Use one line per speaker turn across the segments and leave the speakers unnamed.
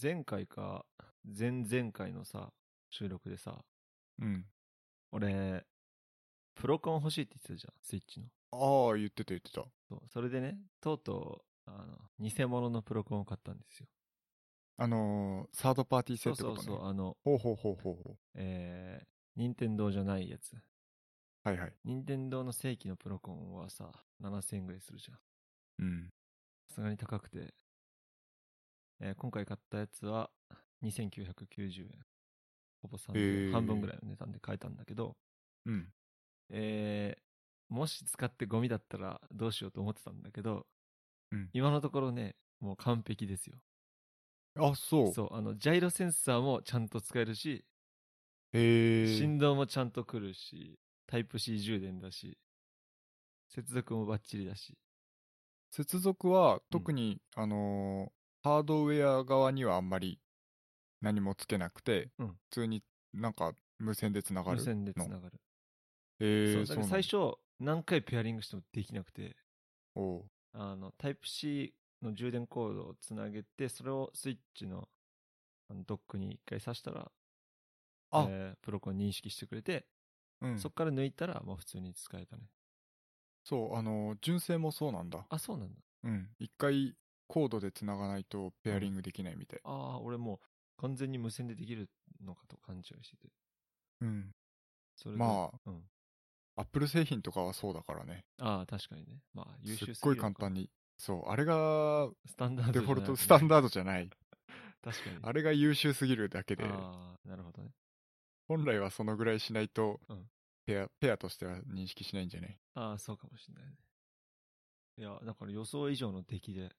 前回か、前々回のさ、収録でさ、
うん。
俺、プロコン欲しいって言ってたじゃん、スイッチの。
ああ、言ってた言ってた。
そうそれでね、とうとう、あの、偽物のプロコンを買ったんですよ。
あのー、サードパーティー製
そう
っ
そ
てこ
う
とね。
そう、あの、
ほうほうほうほうほ
えー、任天堂じゃないやつ。
う。はいはい。
任天堂の正規のプロコンはさ、7000円ぐらいするじゃん。
うん。
さすがに高くて、えー今回買ったやつは2990円ほぼ3000円、
へー
半分ぐらいの値段で買えたんだけど、
うん。
えーもし使ってゴミだったらどうしようと思ってたんだけど、
うん
今のところねもう完璧ですよ
あ、そう。
そうあのジャイロセンサーもちゃんと使えるし、
へえ。
振動もちゃんと来るしタイプ C 充電だし接続もバッチリだし
接続は特に、あのーハードウェア側にはあんまり何もつけなくて、
うん
普通になんか無線でつながる。
無線でつながる、
へえ
そう
ー、
だ
そ
か
うな
ら
んだ
最初何回ペアリングしてもできなくて
おう
あの、タイプ C の充電コードをつなげて、それをスイッチのあのドックに一回挿したら、
あ
えープロコン認識してくれて、
うん、
そ
そ
こから抜いたら、まあ普通に使えたね。
う、あのー純正もそうなんだ。
あ、そうなんだ。
うん。一回コードでつながないとペアリングできないみたい。
ああ、俺もう完全に無線でできるのかと勘違いしてて。
うん。
それ
ま
あ、うん。
アップル製品とかはそうだからね。
ああ、確かにね。まあ優秀
すっごい簡単
に。
に。そう、あれが
スタンダードじ
デ
ゃ
フォル
ない
ト、スタン
ー
ダードじゃない。
ド。確かに。
あれが優秀すぎるだけで、
ああ、なるほどね。
本来はそのぐらいしないと
うん、
ペア、ペアとしては認識しないんじゃない
ああ、そうかもしれないね。いや、だから予想以上の出来で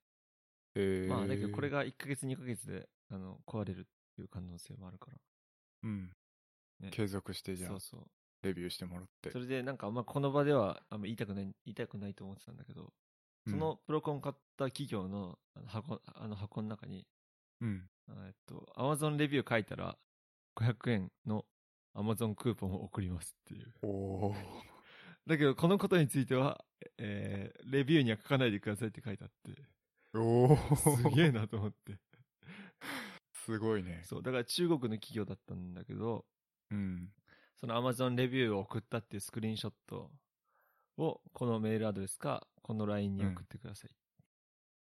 えー
まあだけどこれ、が1ヶ月2ヶ月であの壊れるっていう可能性もあるから。
うん
ね
継続してじゃあ
そうそ
レビューしてもらって
う。それでなんかあんまこの場ではあんま言いたくない、言いたくないと思ってたんだけど、
うん
そのプロコン買った企業のあの箱、あの箱の中に、
うん
あえっと、Amazon レビュー書いたら500円の Amazon クーポンを送りますっていう。
お おー
だけどこのことについては、えーレビューには書かないでくださいって書いてあって、
お
す
ー
げえなと思 って。
すごいね
そう、だから中国の企業だったんだけど、
うん
その Amazon レビューを送ったっていうスクリーンショットを、このメールアドレスか、この LINE に送ってください。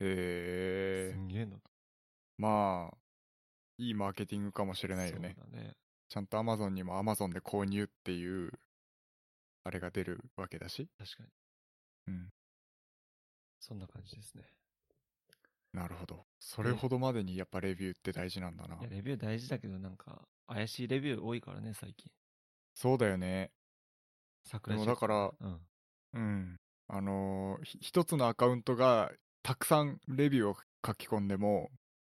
え
す
ー、
んげえな。
まあいいマーケティングかもしれないよね
そうだね。
ちゃんと Amazon にも Amazon で購入っていうあれが出るわけだし
確かに。
うん
そんな感じですね。
なるほどそれほどまでにやっぱレビューって大事なんだない
や、レビュー大事だけど、なんか、怪しいレビュー多いからね、最近。
そうだよねで
桜
も
島
だから
うん。
うん。あのーひ一つのアカウントがたくさんレビューを書き込んでも、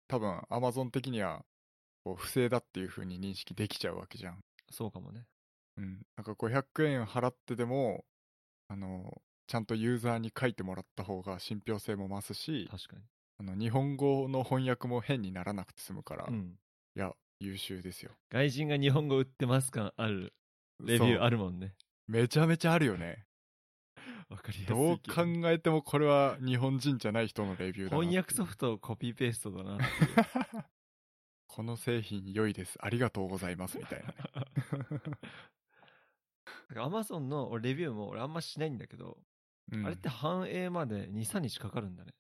多分 Amazon 的にはこう不正だっていう風に認識できちゃうわけじゃん。
そうかもね。
うん。なんか500円払ってでも、あのーちゃんとユーザーに書いてもらった方が信憑性も増すし、
確かに。
あの日本語の翻訳も変にならなくて済むから、
う
い
ん。
や、優秀ですよ。
外人が日本語売ってます感ある、レビューある
る
もんね。
めちゃめちゃあるよね。
わかりやすいけ
どう考
ね
えてもこれは日本人じゃない人のレビューだなっていう。
翻訳ソフトをコピーペーストだな。
この製品良いです。ありがとうございます。みたいなね。
アマゾンの俺レビューも俺あんましないんだけど、
うん
あれって反映まで2、3日かかるんだね。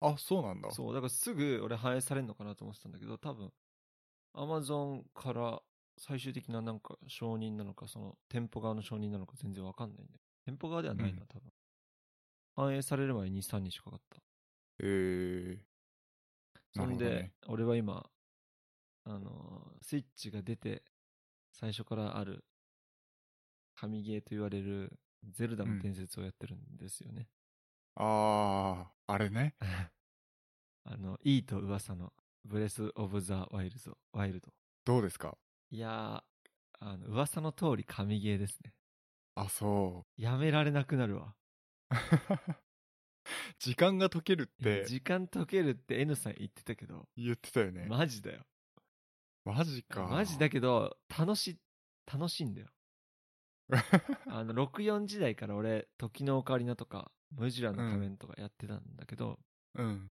あ、そうなんだ。
そう、だからすぐ俺反映されるのかなと思ってたんだけど、多分、アマゾンから最終的ななんか承認なのか、その店舗側の承認なのか全然わかんないんだよ。店舗側ではないな、
うん
多分。反映される前に2、3日かかった。
へえ
そんで、
なるほどね
俺は今、あのースイッチが出て、最初からある、神ゲーと言われる、ゼルダの伝説をやってるんですよね。
あー、あれね。
あの、いいと噂の、ブレス・オブ・ザ・ワイルド、ワイルド。
どうですか
いやー、あの、噂の通り神ゲーですね。
あ、そ
やめられなくなるわ。
う。 時間が解けるって
時間解けるって N さん言ってたけど、
言ってたよね。
マジだよ。
マジか。
マジだけど、楽しい、楽しいんだよ。あの、64時代から俺、時のオカリナとか、ムジュラの仮面とかやってたんだけど、
うん。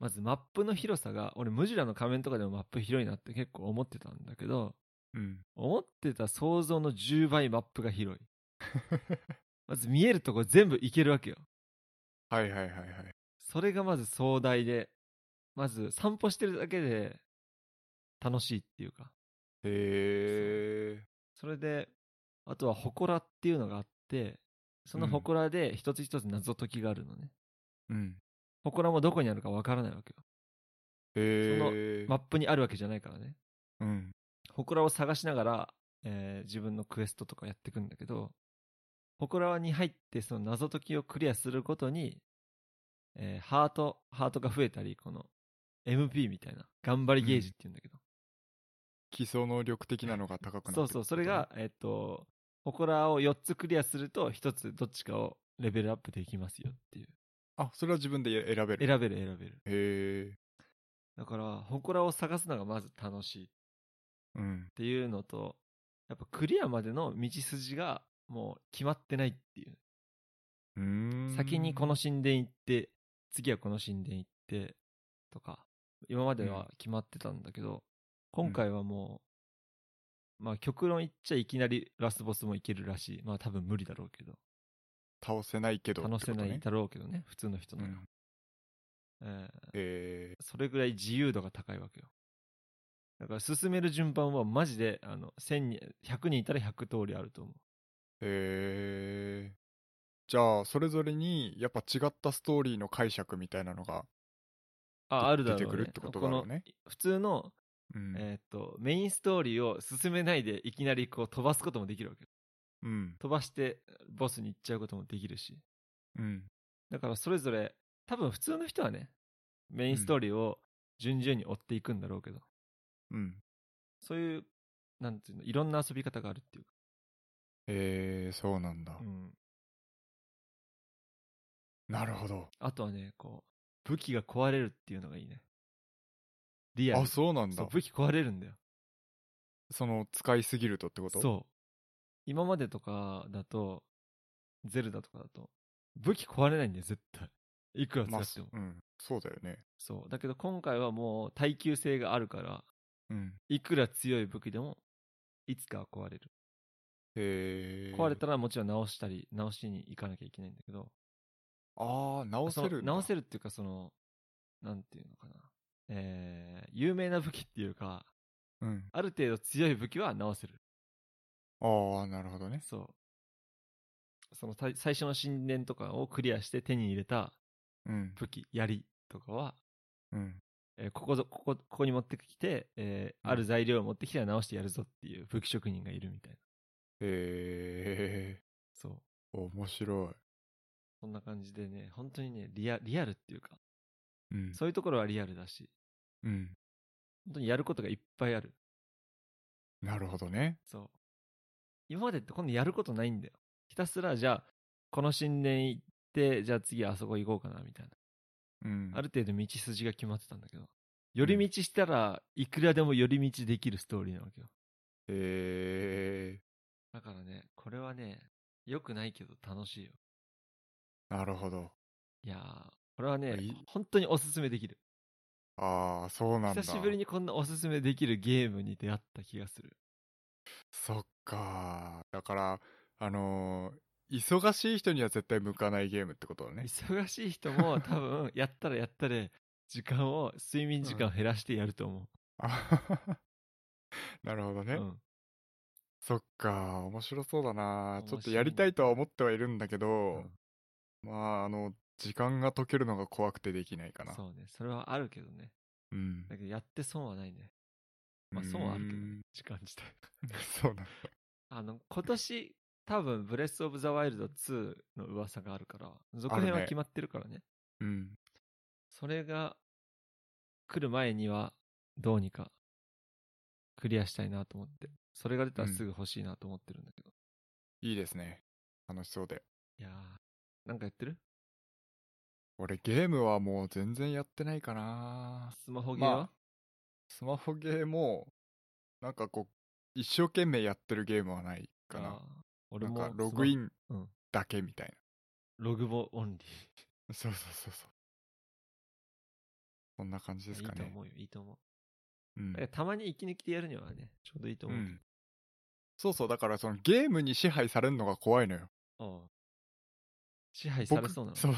まずマップの広さが、俺ムジュラの仮面とかでもマップ広いなって結構思ってたんだけど、
うん。
思ってた想像の10倍マップが広い。まず見えるとこ全部行けるわけよ。
はいはいはいはい。
それがまず壮大で、まず散歩してるだけで楽しいっていうか。
へえ。
それで、あとは祠っていうのがあって、その祠で一つ一つ謎解きがあるのね。
うん。
祠もどこにあるかわからないわけよ。
へえ。
マップにあるわけじゃないからね。
うん。
祠を探しながら、えー自分のクエストとかやっていくんだけど、祠に入ってその謎解きをクリアするごとに、えーハート、ハートが増えたり、この MP みたいな、頑張りゲージって言うんだけど、
基礎能力的なのが高くなって
そ
る
うそう、それが、えっと、祠を4つクリアすると、1つどっちかをレベルアップできますよっていう。
あそれは自分で選べる
選べる選べる。
へえ
だから、祠を探すのがまず楽しいっ
うん
ていうのと、やっぱクリアまでの道筋がもう決まってないっていう。
うーん
先にこの神殿行って、次はこの神殿行って、とか、今までは決まってたんだけど、今回はもう、まあ極論言っちゃいきなりラスボスもいけるらしい。まあ多分無理だろうけど。
倒せないけど
楽せな
って
い
こ
だろうけどね、普通の人
とね
なら、
うん
えー
へえ
それぐらい自由度が高いわけよ。だから進める順番はマジで、あの、1000人、100人いたら100通りあると思う。
へえじゃあそれぞれにやっぱ違ったストーリーの解釈みたいなのが
あ、あるだろう、ね。
出てくるってことだろうね
この普通の、
うん、
えーっと、メインストーリーを進めないでいきなりこう飛ばすこともできるわけよ。
うん
飛ばしてボスに行っちゃうこともできるし。
うん
だからそれぞれ、多分普通の人はね、メインストーリーを順々に追っていくんだろうけど、
うん
そういう、なんていうの、いろんな遊び方があるっていうか。
へえそうなんだ、
うん
なるほど
あとはね、こう、武器が壊れるっていうのがいいね。リアル。
あそうなん
そう
だ
武器壊れるんだよ。
その使いすぎるとってことう
そう。今までとかだと、ゼルダとかだと、武器壊れないんだよ、絶対。いくら使
まあ
っても。
うんそうだよね
そう。だけど今回はもう耐久性があるから、
うん
いくら強い武器でも、いつかは壊れる。
へえ
壊れたらもちろん直したり、直しに行かなきゃいけないんだけど、
ああ直せ
そ
る
の直せ
る
るっていうか、その、なんていうのかな。えー、有名な武器っていうか、
うん
ある程度強い武器は直せる。
ああなるほどね
そう。その最最初の神殿とかをクリアして手に入れた
うん
武器、槍とかは、
うん
えーここぞ、ここ、ここに持ってきて、えー
うん
ある材料を持ってきて直してやるぞっていう武器職人がいるみたいな。
へえ
そう。
面白
そんな感じでね、本当にね、リアリアルっていうか、
いうん
そういうところはリアルだし、
うん
本当にやることがいっぱいある。
なるほどね
そう。今までって今度やることないんだよ。ひたすら、じゃあ、この神殿行って、じゃあ次あそこ行こうかな、みたいな。
うん
ある程度道筋が決まってたんだけど、寄り道したらいくらでも寄り道できるストーリーなわけよ。
へえ
だからね、これはね、良くないけど楽しいよ。
なるほど
いやー、これはね
あい、
本当におすすめできる。
ああそうなんだ
久しぶりにこんなおすすめできるゲームに出会った気がする。
そっかだからあのー忙しい人には絶対向かないゲームってことだね
忙しい人 も多分、やったらやったで、時間を、睡眠時間を減らしてやると思
あははは なるほど
う。
ね、
うん。
そっか面白そうだな
面白い
ちょっとやりたいとは思ってはいるんだけど、まああの時間が解けるのが怖くてできないかな
そうね。それはあるけどね。
うん
だけど、やって損はないね。まあ、損はあるけどね、時間自体。
うーん そうなんだ
あの、今年、多分、ブレス・オブ・ザ・ワイルド2の噂があるから、続
あ
編
る
は
ね
決まってるからね。
うん
それが来る前には、どうにかクリアしたいなと思って。それが出たらすぐ欲しいなと思ってるんだけど。
いいですね楽しそうで
いやー、なんかやってる
俺ゲームはもう全然やってないかな
スマホゲーは、
まあスマホゲーもなんかこう一生懸命やってるゲームはないか
あー
な
俺
なん
も
かログイ
ン。
ン
うん
だけみたいな、
ログボオンリー。
そうそうそうそうそんな感じですか
いいと
ね。
思うよ、いいと思う。
うん
だからたまに息抜きでやるにはね、ちょうどいいと
う。
思う。うん
そうそう、だからそのゲームに支配されるのが怖いのよ。
ん支配さ
僕
れそうなの。
そう。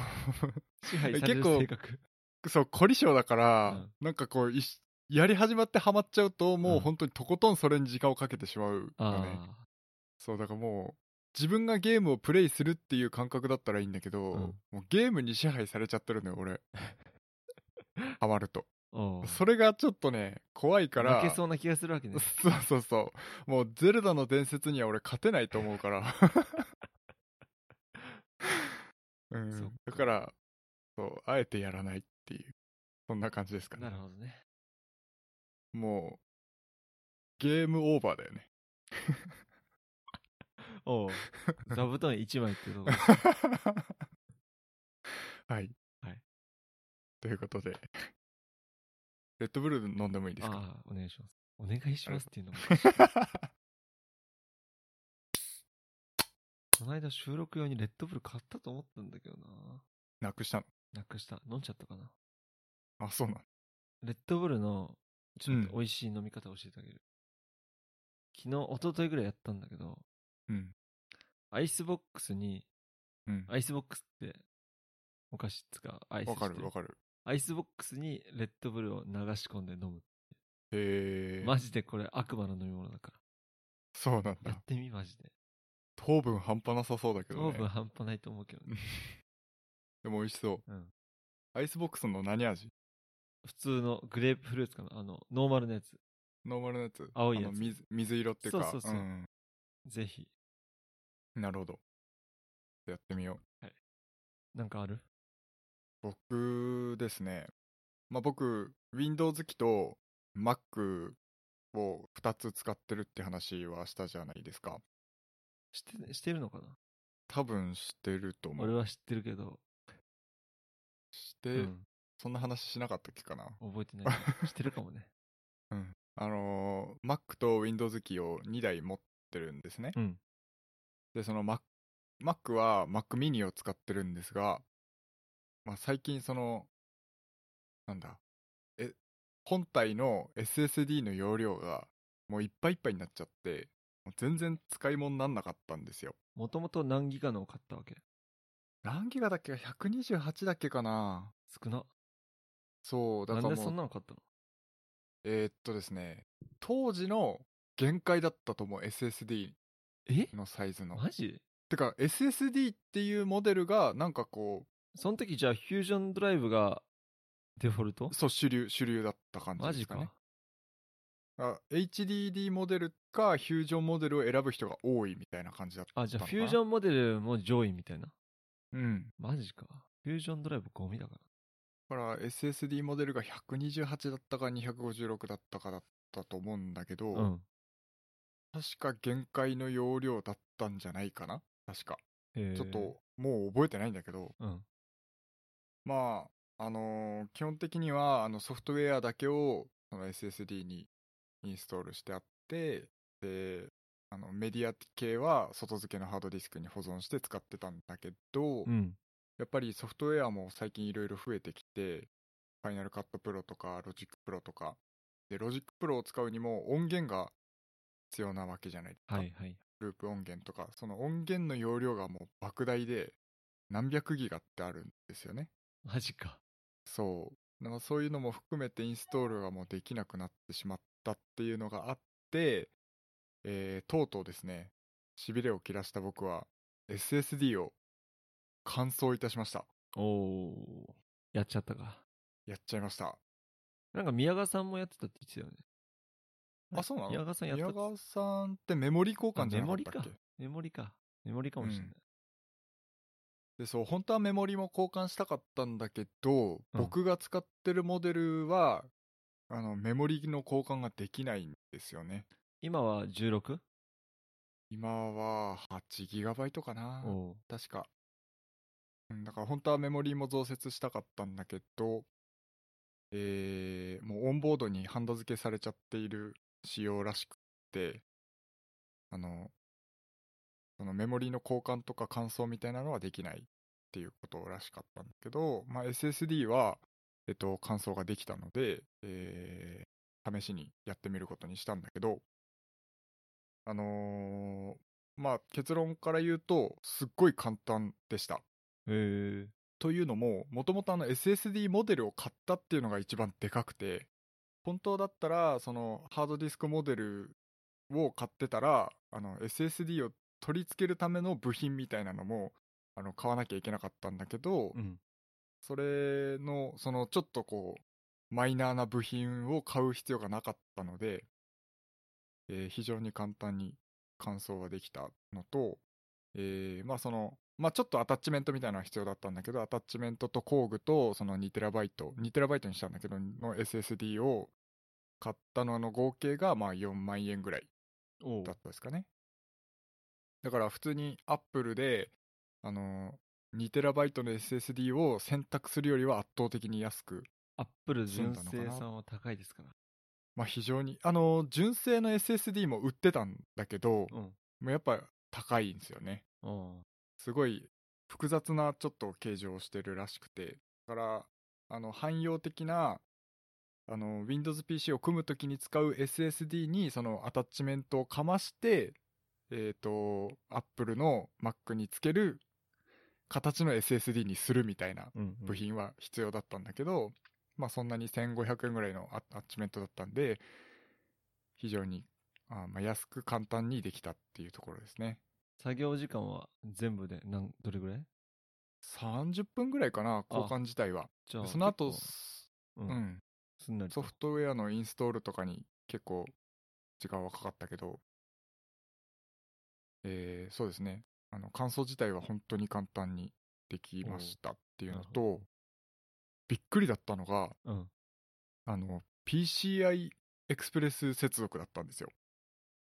支配される
結構
性格。
そう、凝り性だから、
うん
なんかこう、いしやり始まってハマっちゃうと、もううん本当にとことんそれに時間をかけてしまうよね。
あ
そう、だからもう、自分がゲームをプレイするっていう感覚だったらいいんだけど、
うん
もうゲームに支配されちゃってるのよ、俺。 ハマると。
あ。おう
それがちょっとね、怖いから。
負けそうな気がするわけね。
そうそうそう。もうゼルダの伝説には俺勝てないと思 うから。う
そっ
ん
か、
だからそう、あえてやらないっていう、そんな感じですか
な
ね
る。ほどね。
もう、ゲームオーバーだよね。
おう座布団一枚ってとこ。
はい。
はい
ということで、レッドブル飲んでもいいですか
ああ、お願いします。お願いしますっていう のも。この間収録用にレッドブル買ったと思ったんだけどな。
なくしたの。
なくした。飲んじゃったかな。
あ、そうなの。
レッドブルの、ちょっと美味しい飲み方教えてあげる。昨日、一昨日ぐらいやったんだけど、
うん。
アイスボックスに、
うん。
アイスボックスって、お菓子っつうか、アイス
わか
知って
るわかる。
アイスボックスにレッドブルを流し込んで飲む。
へえ。
マジでこれ悪魔の飲み物だか
そうなん
ら。や
だ
っ。てみ、マジで。
糖分半端なさそうだけど
糖
ね
分半端ないと思うけどね。
でも美味しそう
うん。
アイスボックスの何味
普通のグレープフルーツかなあの、ノーマルのやつ。
ノーマルのやつ
青いやつ
あの水水色っていうか
そうそうそうんぜひ。
なるほどやってみよ
なんかある
う僕ですねまあ僕 Windows 機と Mac を2つ使ってるって話はしたじゃないですか
して、してるのかな
多分してると思
俺
う
は知ってるけど、
して、
うん、
そんな話しなかったっけかな
覚えてない けど。してるかもね。
うんあのー Mac と Windows 機を2台持ってるんですね
うん。
で、その Mac, Mac は Mac mini を使ってるんですが、まあ、最近その、なんだ、え、本体の SSD の容量がもういっぱいいっぱいになっちゃって、もう全然使い物になんなかったんですよ。
もともと何ギガのを買ったわけ
何ギガだっけ ?128 だっけかな
少な。
そう、だ
な
から
んで
も
そん
う、
なの買ったの
えーっとですね、当時の限界だったと思う、SSD
え
のサイズの。
マジ
てか、SSD っていうモデルが、なんかこ
その時じゃあフュージョンドライブがデフォルト
う、そう、主流、主流だった感じ
マ
です
ジ
か
か。
ね。あ HDD モデルかフュージョンモデルを選ぶ人が多いみたいな感じだった
あ、
のか
じ
な
ゃあフュージョンモデルも上位みたいな。
うん
マジか。フュージョンドライブゴミだから。
だから SSD モデルが128だったか256だったかだったと思うんだけど、
うん。
確か限界の容量だったんじゃないかな確か
へー
ちょっと。もう覚えてないんだけど
うん。
まああのー基本的にはあのソフトウェアだけをその SSD にインストールしてあってであのメディア系は外付けのハードディスクに保存して使ってたんだけど、
うん。
やっぱりソフトウェアも最近いろいろ増えてきて、ファイナルカットプロとか、ロジックプロとか、で、ロジックプロを使うにも音源が必要なわけじゃないですか。
はいはい。
ループ音源とか、その音源の容量がもう莫大で、何百ギガってあるんですよね。
マジか。
そう。なんかそういうのも含めてインストールがもうできなくなってしまったっていうのがあって、えーとうとうですね、しびれを切らした僕は SSD を完走いたしました。
おお。やっちゃったか。
やっちゃいました。
なんか宮川さんもやってたって言ってたよね。
あ、そうなの
宮川さんやったっ
宮
つ
川さんってメモリ交換じゃなかったっ
あ
け
メモリか。メモリかもしれない。
で、そう、本当はメモリも交換したかったんだけ
う
ど、
ん
僕が使ってるモデルは、あの、メモリの交換ができないんですよね。
今は 16?
今は 8GB かな
おお
確か。うん、だから本当はメモリも増設したかったんだけど、えー、もうオンボードにハンダ付けされちゃっている仕様らしくって、あの、そのメモリの交換とか換装みたいなのはできないっていうことらしかったんだけど、まあ、SSD はえっと、感想ができたので、えー試しにやってみることにしたんだけど、あのーまあ、結論から言うと、すっごい簡単でした。
え
というのも、もともとあの SSD モデルを買ったっていうのが一番でかくて、本当だったら、そのハードディスクモデルを買ってたら、あの SSD を取り付けるための部品みたいなのも、あの買わなきゃいけなかったんだけど、
うん。
それの、そのちょっとこう、マイナーな部品を買う必要がなかったので、えー非常に簡単に乾燥はできたのと、えーまあその、まあちょっとアタッチメントみたいなのは必要だったんだけど、アタッチメントと工具とその 2TB、2TB にしたんだけど、の SSD を買ったのの合計がまあ4万円ぐらい
おう
だったですかね。だから普通に Apple で、あの、2TB の SSD を選択するよりは圧倒的に安く、
アップル純
済んだ
正
のかな
さんは高いですから。
まあ非常に、あの、純正の SSD も売ってたんだけど、
うん。
もうやっぱ高いんですよね。
おう
すごい複雑なちょっと形状をしてるらしくて、だから、あの、汎用的な、あの、Windows PC を組むときに使う SSD にそのアタッチメントをかまして、えっ、と、Apple の Mac につける形の SSD にするみたいな
うんうん
部品は必要だったんだけど、まあそんなに1500円ぐらいのアアタッチメントだったんで、非常に、あまあ、安く簡単にできたっていうところですね。
作業時間は全部で何、どれぐらい
30分ぐらいかな、交換自体は。
じゃあ。
でその後、
結
す
構う。
うんん、
すんなりと。
ソフトウェアのインストールとかに結構時間はかかったけど、えーそうですね、あの感想自体は本当に簡単にできましたっていうの
おうなる
と、びっくりだったのが、
うん。
あの PCI エクスプレス接続だったんですよ。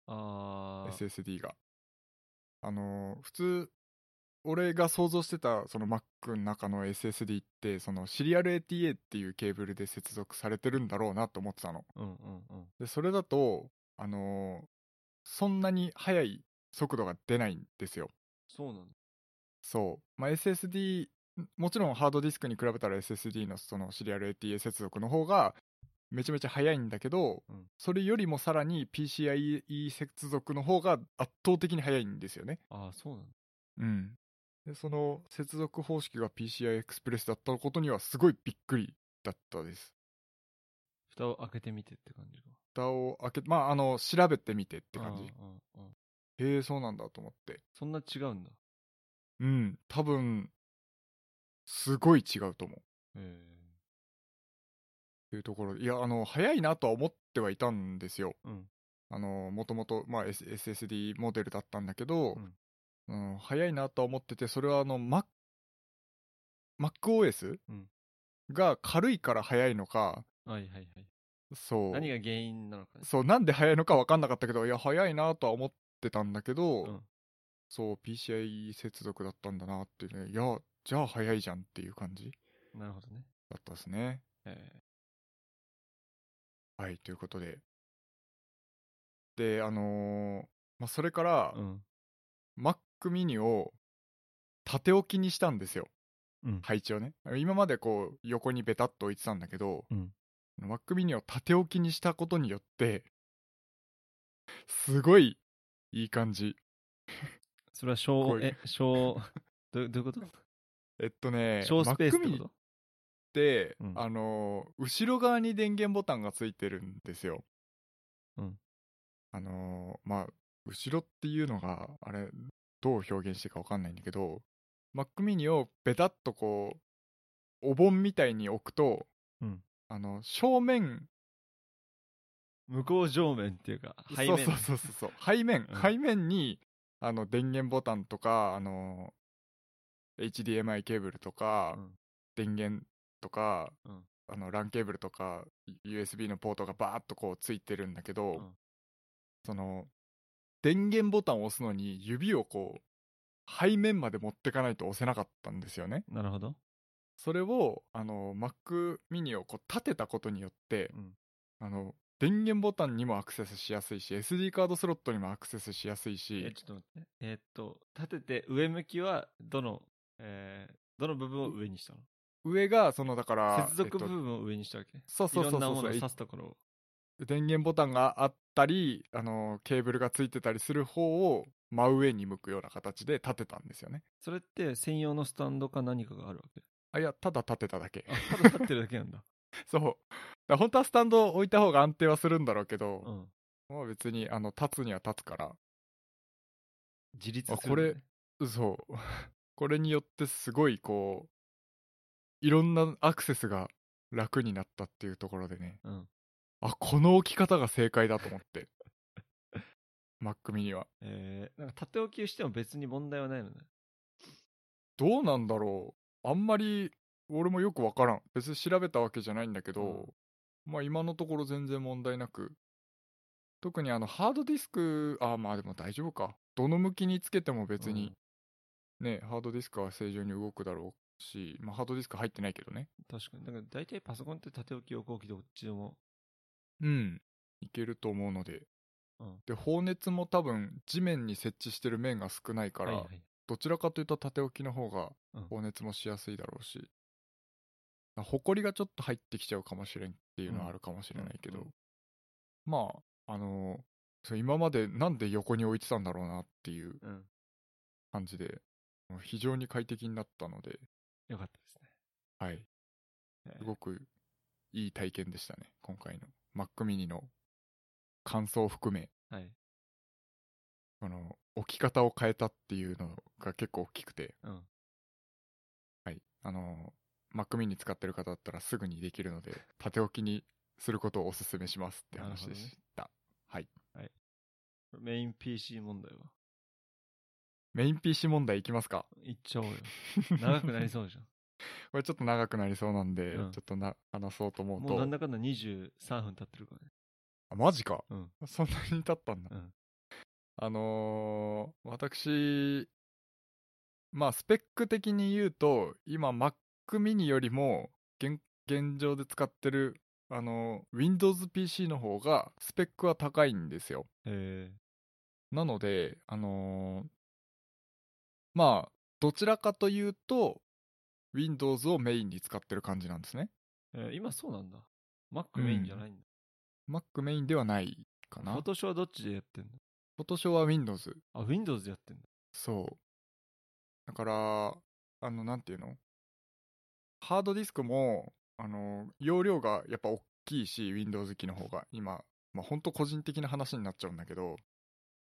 あー。
SSD が。あのー普通、俺が想像してたその Mac の中の SSD って、そのシリアル ATA っていうケーブルで接続されてるんだろうなと思ってたの。
うんうんうん。
で、それだと、あのーそんなに速い速度が出ないんですよ。
そうなんだ。
そう。まあ、SSD、もちろんハードディスクに比べたら SSD のそのシリアル ATA 接続の方がめちゃめちゃ速いんだけど、
うん
それよりもさらに PCIe 接続の方が圧倒的に速いんですよね。
あー、そうなんだ。
うん。で、その接続方式が PCI Express だったことにはすごいびっくりだったです。
蓋を開けてみてって感じか。
蓋を開け、まあ、あの、調べてみてって感じ。
あーうんうん
へえ、そうなんだと思って。
そんな違うんだ。
うん、多分、すごい違うと思う。
へ
というところでいや、あの、早いなとは思ってはいたんですよ。
え。うん。
あの、もともと、まあ、S- SSD モデルだったんだけど、うん早いなとは思ってて、それはあの、Mac、MacOS、
うん
が軽いから早いのか、
はいはいはい。
そう。
何が原因なのかね。
そう、なんで早いのか分かんなかったけど、いや、早いなとは思ってたんだけど、
うん
そう、PCI 接続だったんだなっていうね、いや、じゃあ早いじゃんっていう感じ
なるほどね。
だったですね。
え
はい、ということで。で、あのーまあ、それから
え、うん。
Mac mini を縦置きにしたんですよ。
うん。
配置をね。今までこう、横にベタっと置いてたんだけど、
うん
Mac mini を縦置きにしたことによって、すごいいい感じ。
それは小
こ、うい
え、小、どどういう こと
えっとね、
小スペースって
Mac
こ
mini っ
と
て、
うん
あのー、後ろ側に電源ボタンがついてるんですよ。
うん
あのー、まあ、後ろっていうのが、あれ、どう表現していいかわかんないんだけど、Mac mini をベタっとこう、お盆みたいに置くと、
うん
あの、正面、
向こう正面っていうか、背面。
そうそうそうそう、背面、
うん
背面に、あの、電源ボタンとか、あのー、HDMI ケーブルとか、
うん
電源とか、
うん
あの LAN ケーブルとか USB のポートがバーッとこうついてるんだけど、
うん
その電源ボタンを押すのに指をこう背面まで持ってかないと押せなかったんですよね。
なるほど。
それをあの Mac mini をこう立てたことによって
うん。
あの電源ボタンにもアクセスしやすいし SD カードスロットにもアクセスしやすい
え、
し
ちょっと待って。えーっと、立てて上向きは、どの、えーどの部分を上にしたの
上が、その、だから、
接続
えっ
部
と
分を上にしたわけ。
そうそう
いろ
そうん
なも
そ
のを
う
挿
そう
すところを。
電源ボタンがあったりあのケーブルがついてたりする方を真上に向くような形で立てたんですよね
それって専用のスタンドか何かがあるわ け。
あいやただ立てただけ
あ、ただ立ってるだけなんだ。
そうだから本当はスタンドを置いた方が安定はするんだろ うけど、
うん。
まあ別にあの立つには立つから
自立
あ
するんだね、
そう これによってすごいこういろんなアクセスが楽になったっていうところでね
うん。
あこの置き方が正解だと思って Mac mini は
えー、なんか縦置きしても別に問題はないのね。
どうなんだろうあんまり俺もよくわからん別に調べたわけじゃないんだけど、まあ今のところ全然問題なく特にあのハードディスクあまあでも大丈夫かどの向きにつけても別にね、ハードディスクは正常に動くだろうし、まあ、ハードディスク入ってないけどね
確かに。だから大体パソコンって縦置き、横置きどっちでも。
うんいけると思うので、
うん
で放熱も多分地面に設置してる面が少ないから、
はいはい
どちらかというと縦置きの方が
うん
放熱もしやすいだろうし、あほこりがちょっと入ってきちゃうかもしれんっていうのはあるかもしれないけど、
うんうん
まああのーそう今までなんで横に置いてたんだろうなっていう
うん。
感じでもう非常に快適になったので、
よかったですね。
はい、
えー
すごくいい体験でしたね今回の Mac mini の感想を含め
はい。
この置き方を変えたっていうのが結構大きくて
うん。
はい。あのー、Mac mini 使ってる方だったらすぐにできるの で、縦置きにすることをお勧めしますって話でした。はい。
メイン PC 問題は。
メイン PC 問題いきますか。
いっちゃおうよ。長 くなりそうじゃん。
これちょっと長くなりそうなんで、
うん
ちょっとな話そうと思う
もうなん
と。
だかんだ23分経ってるからね。
あ、マジか。
うん
そんなに経ったんだ。
うん
あのー私、まあ、スペック的に言うと、今、Mac mini よりも現、現状で使ってる、あのー Windows PC の方が、スペックは高いんですよ。
え
なので、あのーまあ、どちらかというと、Windows をメインに使ってる感じなんですね。
ーえー今そうなんだ。Mac メインじゃないんだ。
Mac メインではないかな。
今年はどっちでやってんの
今年は Windows。
あ、Windows でやってんだ。
そう。だから、あの、なんていうのハードディスクも、あの、容量がやっぱ大きいし、Windows 機の方が、今、まあ、ほんと個人的な話になっちゃうんだけど、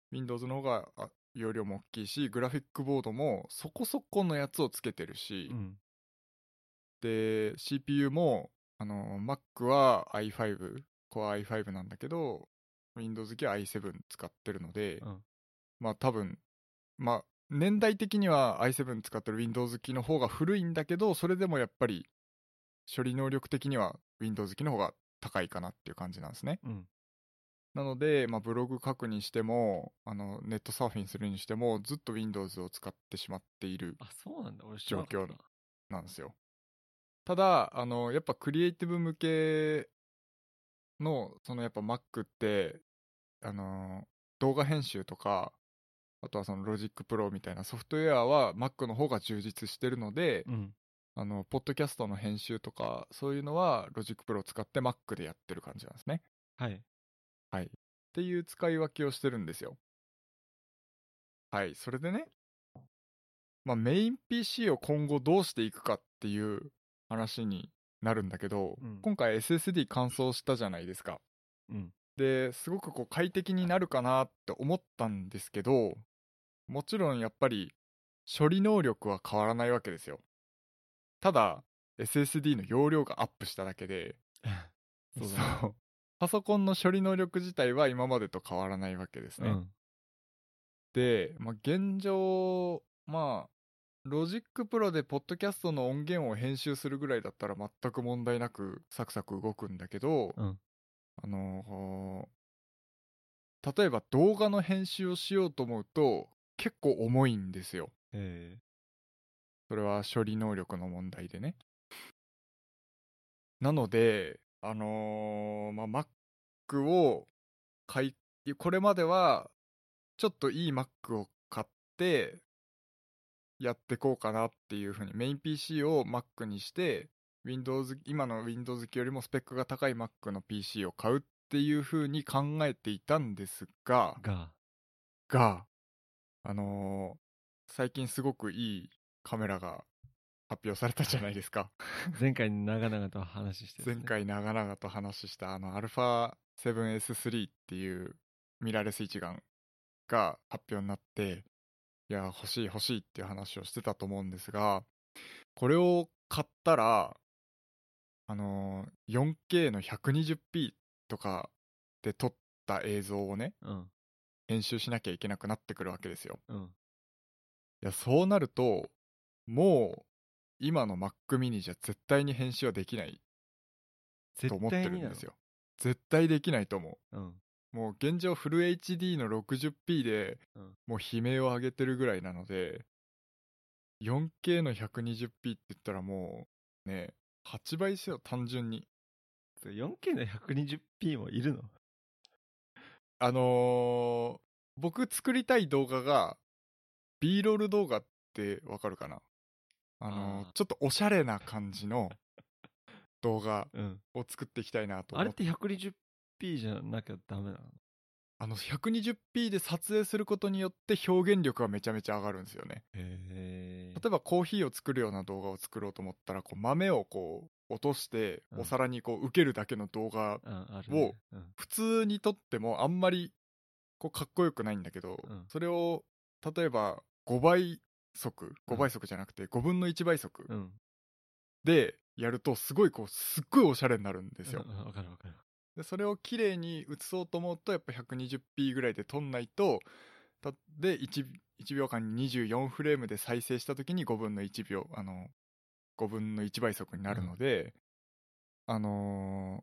Windows の方があ容量も大きいし、グラフィックボードもそこそこのやつをつけてるし、
うん。
で、CPU も、あの、Mac は i5、Core i5 なんだけど、Windows 機は i7 使ってるので、
うん
まあ多分、まあ年代的には i7 使ってる Windows 機の方が古いんだけど、それでもやっぱり処理能力的には Windows 機の方が高いかなっていう感じなんですね。
うん。
なので、まあ、ブログ書くにしても、あの、ネットサーフィンするにしても、ずっと Windows を使ってしまっている
あ、そうなんだ。俺知らなかっ
状
た
況。なんですよ。ただ、あの、やっぱクリエイティブ向けの、そのやっぱ Mac って、あの、動画編集とか、あとはその Logic Pro みたいなソフトウェアは Mac の方が充実してるので、
うん。
あの、ポッドキャストの編集とか、そういうのは Logic Pro を使って Mac でやってる感じなんですね。
はい。
っていう使い分けをしてるんですよ。はい、それでね、まあ、メイン PC を今後どうしていくかっていう話になるんだけど、
うん
今回 SSD 乾燥したじゃないですか。
うん。
ですごくこう快適になるかなって思ったんですけど、もちろんやっぱり処理能力は変わらないわけですよ。ただ、SSD の容量がアップしただけで、
そうだね
そうパソコンの処理能力自体は今までと変わらないわけです
う
ね。
ん。
で、まあ、現状、まあ、ロジックプロでポッドキャストの音源を編集するぐらいだったら全く問題なくサクサク動くんだけど、
うん
あのー例えば動画の編集をしようと思うと結構重いんですよ。
え
それは処理能力の問題でね。なので、あのーまあ、Mac を買い、これまでは、ちょっといい Mac を買って、やってこうかなっていうふうにメイン PC を Mac にして Windows 今の Windows 機よりもスペックが高い Mac の PC を買うっていうふうに考えていたんですが
が、
があのー最近すごくいいカメラが発表されたじゃないですか
前回長々と話して です
前
ね
回長々と話したあの α7S3 っていうミラーレス一眼が発表になっていや欲しい欲しいっていう話をしてたと思うんですがこれを買ったらあのー 4K の 120p とかで撮った映像をね
うん、
編集しなきゃいけなくなってくるわけですよ
うん。
いやそうなるともう今の Mac mini じゃ絶対に編集はできないと思
絶
って
対
る
に
ん
な
ですよ絶対できないと思
の。うん。
うもう現状フル HD の 60p で
うん
もう悲鳴を上げてるぐらいなので 4K の 120p って言ったらもうね8倍ですよ単純に
4K の 120p もいるの
あのー僕作りたい動画が B ロール動画ってわかるかなあのー
あー
ちょっとおしゃれな感じ の動画
うん。
を作っていきたいなと
あ
思
れ
っ
ってて 120p じゃなきゃダメなの
あの 120p で撮影することによって表現力がめちゃめちゃ上がるんですよね
へ
例えばコーヒーを作るような動画を作ろうと思ったらこう豆をこう落として
うん
お皿にこう受けるだけの動画
うん、ある、ね。うん。
普通に撮ってもあんまりこうかっこよくないんだけど、
うん
それを例えば5倍速
うん
5倍速じゃなくて5分の1倍速
うん。
でやるとすごいこうすっごいおしゃれになるんですよ、
うんうんわかるわかる。
でそれを綺麗に映そうと思うとやっぱ 120p ぐらいで撮んないとたで 1, 1秒間に24フレームで再生した時に5分の1秒あの5分の1倍速になるので、あの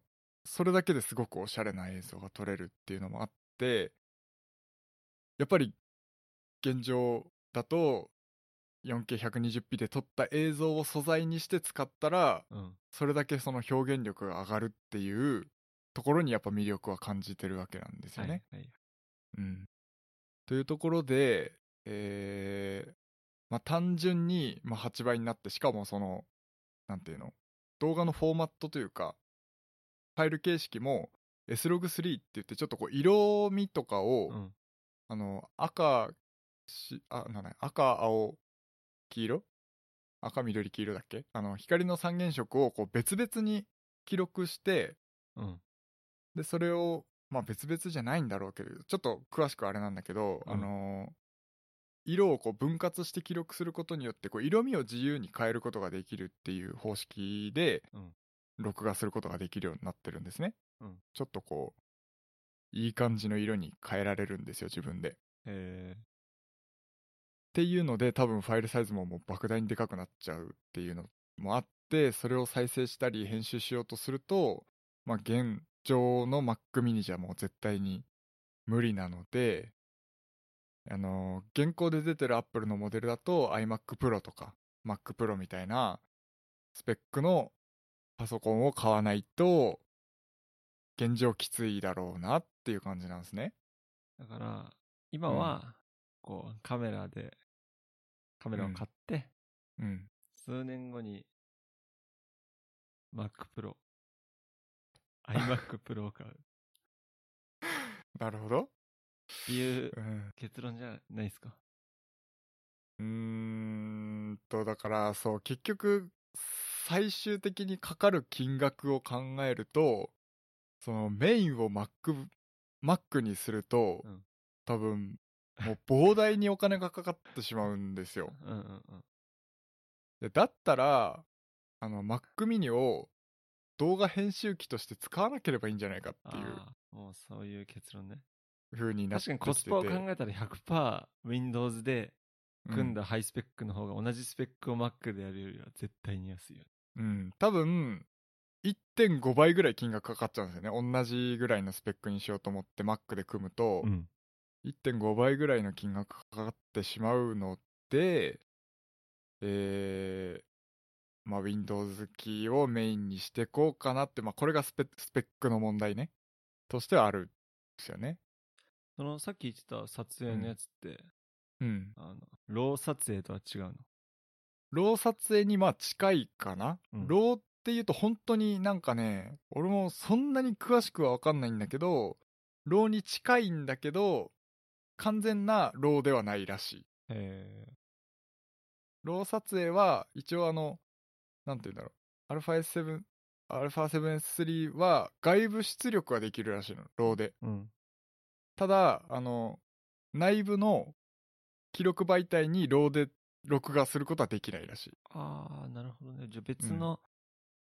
ーそれだけですごくおしゃれな映像が撮れるっていうのもあってやっぱり現状だと 4K120p で撮った映像を素材にして使ったら
うん。
それだけその表現力が上がるっていうところにやっぱ魅力は感じてるわけなんですよ
はい
ね。。
はい。
うん、というところで、えーまあ、単純に、まあ、8倍になってしかもそのなんていうの動画のフォーマットというかファイル形式も Slog3 って言ってちょっとこう色味とかを、
うん。
あの赤しあなんだ赤青黄色赤緑黄色だっけあの光の三原色をこう別々に記録して
うん。
でそれをまあ別々じゃないんだろうけどちょっと詳しくはあれなんだけど、
うん
あの色をこう分割して記録することによってこう色味を自由に変えることができるっていう方式で
うん
録画することができるようになってるんですね、
うん
ちょっとこういい感じの色に変えられるんですよ自分で
え
っていうので多分ファイルサイズももう莫大にでかくなっちゃうっていうのもあってそれを再生したり編集しようとするとまあ現状の Mac mini じゃもう絶対に無理なのであのー現行で出てる Apple のモデルだと iMac Pro とか Mac Pro みたいなスペックのパソコンを買わないと現状きついだろうなっていう感じなんですね。
ー、だから、今は、こう、カメラで、カメラを買って、
うん、
数年後に、Mac Pro、iMac Pro を買うっ
なるほど。
ていう
うん
結論じゃないですか。
うーんとだからそう結局最終的にかかる金額を考えるとそのメインを Mac, Mac にすると、
うん
多分もう膨大にお金がかかってしまうんですよ。
うんうんうん。
でだったらあの Mac mini を動画編集機として使わなければいいんじゃないかっていう
ああ、もうそういう結論ね。
風になっ
確
て
か
き
に
てて
コスパを考えたら 100%Windows で組んだハイスペックの方が同じスペックを Mac でやるよりは絶対に安いよね。
うん、多分1.5倍ぐらい金額かかっちゃうんですよね同じぐらいのスペックにしようと思って Mac で組むと、
ん。
1.5倍ぐらいの金額かかってしまうのでえーまあ Windows 好きをメインにしてこうかなってまあこれがスペスペックの問題ねとしてはあるんですよね
そのさっき言ってた撮影のやつって、
うん。
あの、ロー撮影とは違うの。
ロー撮影にまあ近いかな、
うん
ローっていうと本当になんかね、俺もそんなに詳しくは分かんないんだけど、ローに近いんだけど、完全なローではないらしい。
え
ロー撮影は一応あの、なんて言うんだろう。α7、α7S3 は外部出力ができるらしいの、ローで。
ー、うん。
ただ、あの、内部の記録媒体にローで録画することはできないらしい。
ああ、なるほどね。じゃあ別の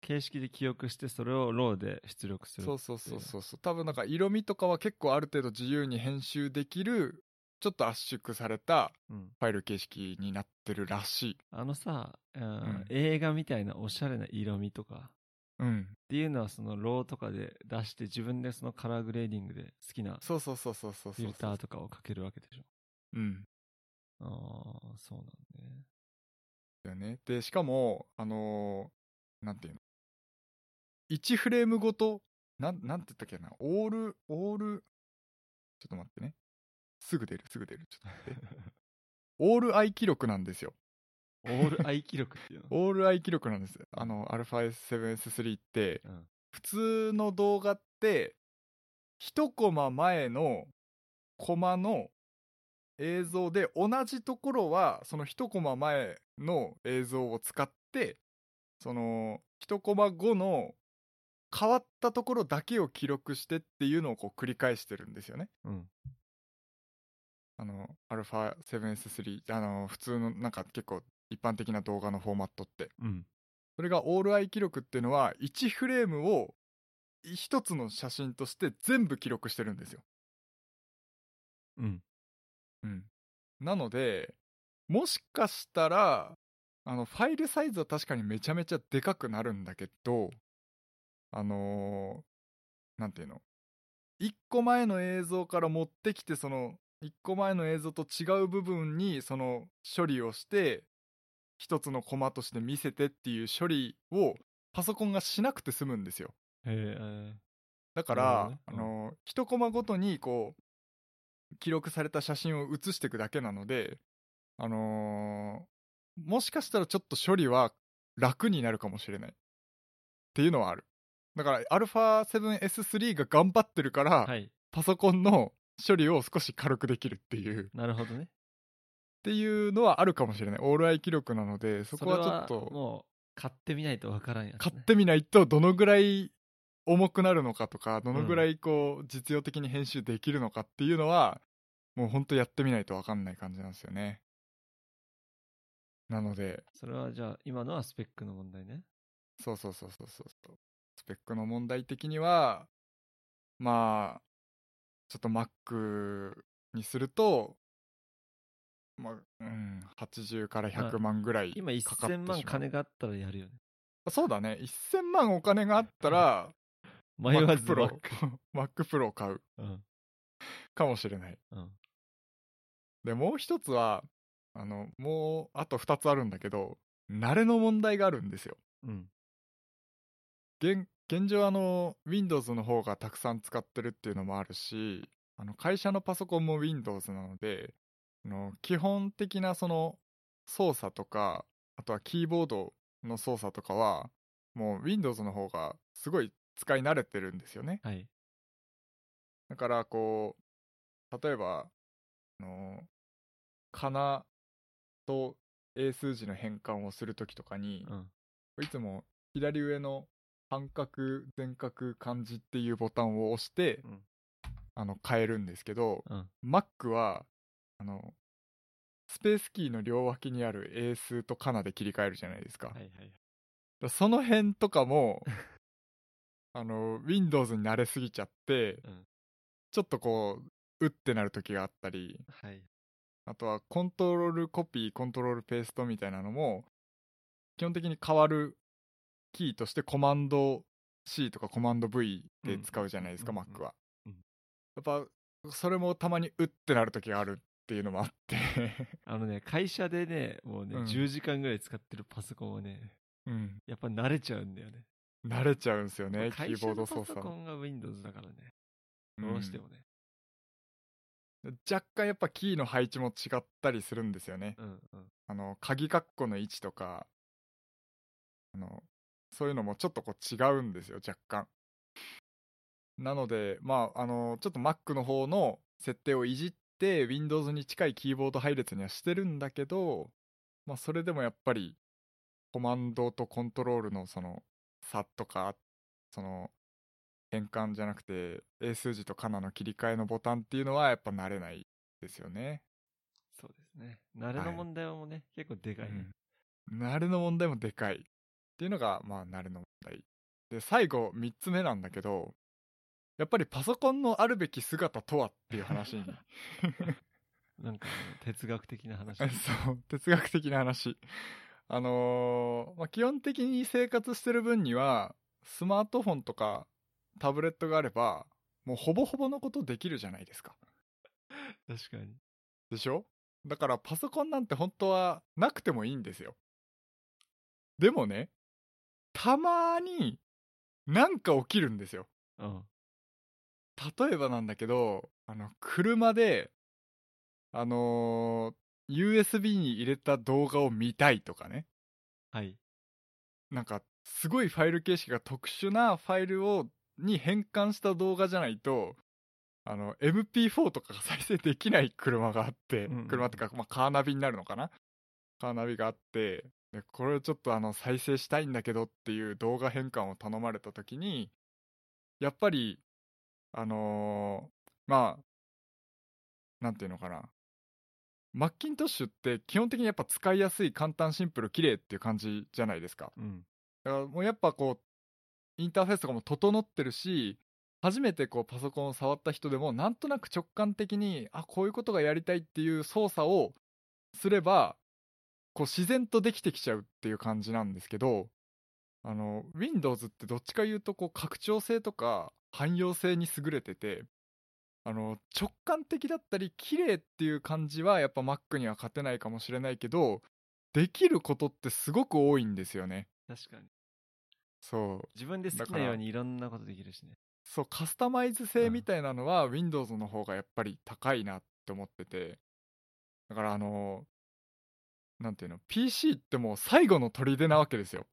形式で記憶して、それをローで出力する。
そうそうそうそうそう多分なんか色味とかは結構ある程度自由に編集できるちょっと圧縮された
うん。
ファイル形式になってるらしい
あのさ、うん
ん
映画みたいなおしゃれな色味とか
うん
っていうのは、そのローとかで出して、自分でそのカラーグレーディングで好きな
そうそうそうそうそう
フ
そ
ィ
う
ルターとかをかけるわけでしょ。
うん
ああ、そうなんだね。
だよねでしかもあのーなんていうの1フレームごとなんなんて言ったっけなオールオールちょっと待ってねすぐ出るすぐ出るちょっと待って オール i 記録なんですよ
オ ール愛記録っていうの。
オール i 記録なんですあの α7S3 って
うん
普通の動画って一コマ前のコマの映像で同じところはその一コマ前の映像を使ってその一コマ後の変わったところだけを記録してっていうのをこう繰り返してるんですよね。
うん。
あの α7S3 あの普通のなんか結構一般的な動画のフォーマットって。
うん。
それがオールアイ記録っていうのは1フレームを一つの写真として全部記録してるんですよ。
うん。
うん、なのでもしかしたらあのファイルサイズは確かにめちゃめちゃでかくなるんだけどあのーなんていうの1個前の映像から持ってきてその1個前の映像と違う部分にその処理をして1つのコマとして見せてっていう処理をパソコンがしなくて済むんですよ。
へえ。
だから、
な
あ
るほどね
の一コマごとにこう記録された写真を写していくだけなので、あのーもしかしたらちょっと処理は楽になるかもしれないっていうのはあるだから α7S3 が頑張ってるから、
はい。
パソコンの処理を少し軽くできるっていうっ
なるほどね。
ていうのはあるかもしれないオールアイ記録なのでそこはちょっ
それは
と
もう、買ってみないとわからんやつ、ね。
買ってみないとどのぐらい重くなるのかとかどのぐらいこう実用的に編集できるのかっていうのは、もうほんとやってみないと分かんない感じなんですよねなので
それはじゃあ、今のはスペックの問題ね。
そうそうそうそうそうそうスペックの問題的にはまあちょっと Mac にするとまあうん80から100万ぐらい
今
かかって
1000
しまう
万金があったらやるよね。
そうだね1000万お金があったら
迷わず
Mac
マ
Pro
ック
Mac Pro を買う
うん。
かもしれない。
うん。
で、もう一つは、あの、もう、あと二つあるんだけど、慣れの問題があるんですよ。
うん。
現、現状あの、Windows の方がたくさん使ってるっていうのもあるし、あの、会社のパソコンも Windows なので、あの、基本的なその、操作とか、あとはキーボードの操作とかは、もう Windows の方がすごい使い慣れてるんですよね。
はい。
だからこう例えばあのかなと英数字の変換をするときとかに
う、ん。
いつも左上の半角全角漢字っていうボタンを押して、
うん
あの変えるんですけど
うん。
Mac はあのスペースキーの両脇にある英数とかなで切り替えるじゃないですか,、
はいはい。
その辺とか もあの Windows に慣れすぎちゃって、
うん
ちょっとこううってなる時があったり
はい。
あとはコントロールコピーコントロールペーストみたいなのも基本的に変わるキーとしてコマンド C とかコマンド V で使うじゃないですか、
うん
Mac は、
うん
やっぱそれもたまにうってなる時があるっていうのもあって
あのね、会社でね、もうね、
うん
10時間ぐらい使ってるパソコンはね、
うん
やっぱ慣れちゃうんだよね。
慣れちゃうんですよねキ
会
ー
社
ボー
の
ド
パソ
操作
コンが Windows だからね。
ん
どうしてもね。
若干やっぱキーの配置も違ったりするんですよね。
うんうん。
あの、鍵括弧の位置とか、あの、そういうのもちょっとこう違うんですよ、若干。なので、まあ、あの、ちょっと Mac の方の設定をいじって、Windows に近いキーボード配列にはしてるんだけど、まあ、それでもやっぱり、コマンドとコントロールのその差とか、その、変換じゃなくて、英数字とカナの切り替えのボタンっていうのはやっぱ慣れないですよね。
そうですね。慣れの問題もね、結構でかいね。
うん、慣れの問題もでかいっていうのがまあ慣れの問題で最後3つ目なんだけどやっぱりパソコンのあるべき姿とはっていう話 に
なんかあの哲学的な 話。
そう哲学的な話あのーまあ、基本的に生活してる分にはスマートフォンとかタブレットがあればもうほぼほぼのことできるじゃないですか
確かに。
でしょだからパソコンなんて本当はなくてもいいんですよ。でもね、たまになんか起きるんですよ。
うん。
例えばなんだけど、あの、車で、あのー USB に入れた動画を見たいとかね。
はい。
なんか、すごいファイル形式が特殊なファイルを、に変換した動画じゃないと、あの、MP4 とかが再生できない車があって、
うんうん
車ってか、まあ、カーナビになるのかなカーナビがあって、で、これをちょっとあの、再生したいんだけどっていう動画変換を頼まれた時に、やっぱり、あのーまあ、なんていうのかな。マッキントッシュって基本的にやっぱ使いやすい、簡単、シンプル、綺麗っていう感じじゃないですか。
うん。
だからもうやっぱこうインターフェースとかも整ってるし初めてこうパソコンを触った人でもなんとなく直感的にあこういうことがやりたいっていう操作をすればこう自然とできてきちゃうっていう感じなんですけどあの Windows ってどっちか言うとこう拡張性とか汎用性に優れててあの直感的だったり綺麗っていう感じはやっぱ Mac には勝てないかもしれないけどできることってすごく多いんですよね。
確かに。
そう
自分で好き
だか
な
ら
ようにいろんなことできるしね。
そうカスタマイズ性みたいなのは Windows の方がやっぱり高いなって思っててだからあのなんていうの PC ってもう最後の砦なわけですよ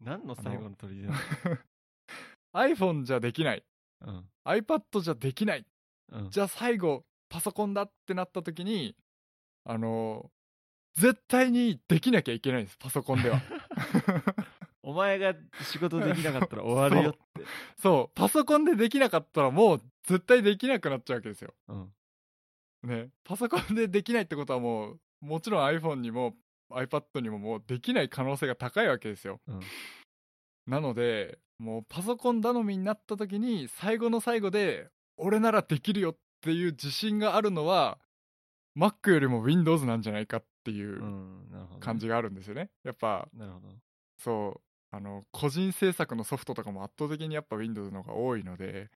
何の最後の鳥 で
iPhone じゃできない
うん。
iPad じゃできない
うん。
じゃあ最後パソコンだってなった時にあの絶対にできなきゃいけないんですパソコンでは
お前が仕事できなか ったら終わるよって。
そうパソコンでできなかったらもう絶対できなくなっちゃうわけですよ
うん。
ね、パソコンでできないってことはもうもちろん iPhone にも iPad にももうできない可能性が高いわけですよ
うん。。
なのでもうパソコン頼みになった時に最後の最後で俺ならできるよっていう自信があるのは Mac よりも Windows なんじゃないかっていううん
なるほどね。
感じがあるんですよねやっぱ
なるほど。
そうあの個人制作のソフトとかも圧倒的にやっぱ Windows の方が多いので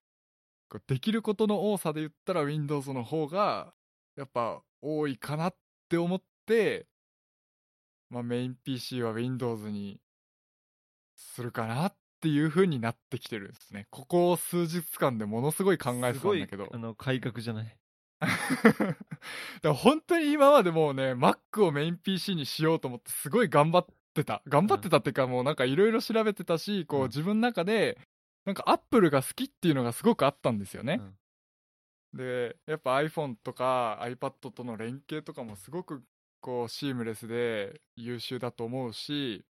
こうできることの多さで言ったら Windows の方がやっぱ多いかなって思って、まあ、メイン PC は Windows にするかなっていう風になってきてるんですねここ数日間でものすごい考えてたんだけど
すごいあの、改革じゃない。
だ から本当に今までもうね Mac をメイン PC にしようと思ってすごい頑張ってた頑張ってたっていうかもうなんかいろいろ調べてたしこう
うん
自分の中でなんか Apple が好きっていうのがすごくあったんですよね、でやっぱ iPhone とか iPad との連携とかもすごくこうシームレスで優秀だと思うし、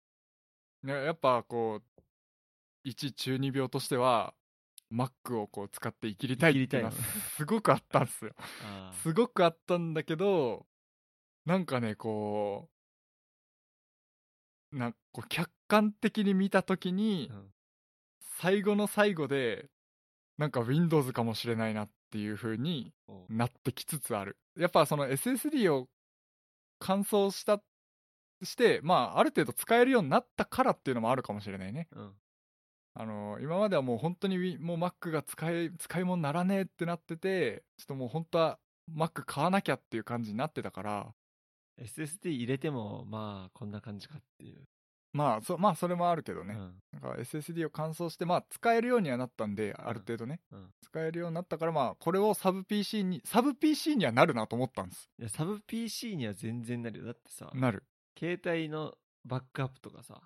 ね、やっぱこう一中二病としては Mac をこう使って生きりたいっていうのは
生きりたい
すごくあったんですよ
あ
すごくあったんだけどなんかねこうなんこう客観的に見た時に、
うん
最後の最後でなんか Windows かもしれないなっていう風に
あ。お
なってきつつあるやっぱその SSD を乾燥したしてまあある程度使えるようになったからっていうのもあるかもしれないね
うん。
あの今まではもう本当に Win- もう Mac が使い使い物にならねえってなっててちょっともう本当は Mac 買わなきゃっていう感じになってたから
SSD 入れても、まあ、こんな感じかっていう。
まあそまあそれもあるけどね、
うん
なんか SSD を乾燥してまあ使えるようにはなったんである程度ね、
うん
使えるようになったからまあこれをサブ PC にサブ PC にはなるなと思ったんです
いやサブ PC には全然なるよ。だってさ、
なる
携帯のバックアップとかさ、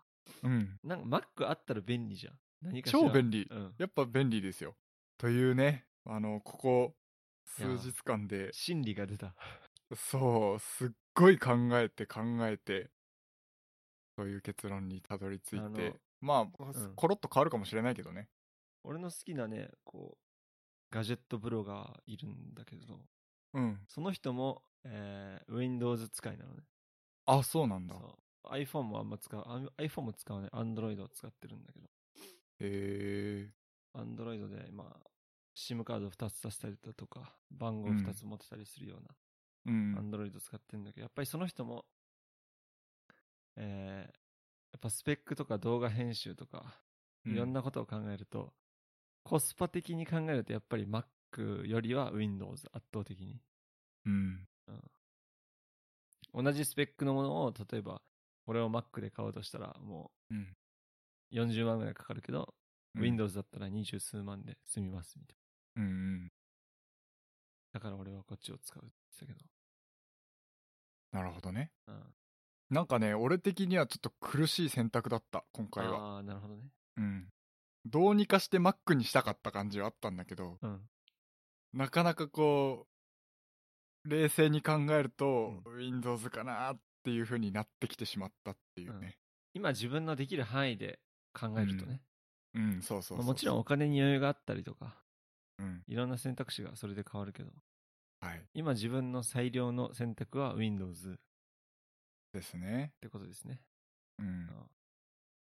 うん
なんか Mac あったら便利じゃん。何かしら
超便利
うん。
やっぱ便利ですよというねあのここ
い
数
やー
日間で
心理が出た。
そうすっごい考えて考えてそういう結論にたどり着い
あの
てまあ、
ん
コロッと変わるかもしれないけどね
俺の好きなね、こう、ガジェットブロガーいるんだけど、
うん
その人も、えー Windows 使いなのね。
あそうなんだ
そう iPhone もあんま使う、あ iPhone も使わない、Android を使ってるんだけど、
へえ
Android で、まあ、SIM カード2つさせたりだとか、番号2つ持ってたりするような、
うん
アンドロイド使ってるんだけど、やっぱりその人も、えーやっぱスペックとか動画編集とか、
うん
いろんなことを考えると、コスパ的に考えると、やっぱり Mac よりは Windows、圧倒的に。
うん
同じスペックのものを、例えば、俺を Mac で買おうとしたら、も
うん
う40万ぐらいかかるけど、
うん
Windows だったら二十数万で済みます、みたい
うんうん
な。だから俺はこっちを使うって言ってたけ
なるほどね
ど。うん、
なんかね俺的にはちょっと苦しい選択だった今回は
ああー、なるほどね。
うんどうにかして Mac にしたかった感じはあったんだけど
うん。
なかなかこう冷静に考えると、
う
Windows かなっていう風になってきてしまったっていうね
今自分のできる範囲で考えるとね。
うんうん、そうそうそう
まあもちろんお金に余裕があったりとか、
うん
いろんな選択肢がそれで変わるけど、
はい
今自分の最良の選択は Windows っ
ですね
てことですね。
うん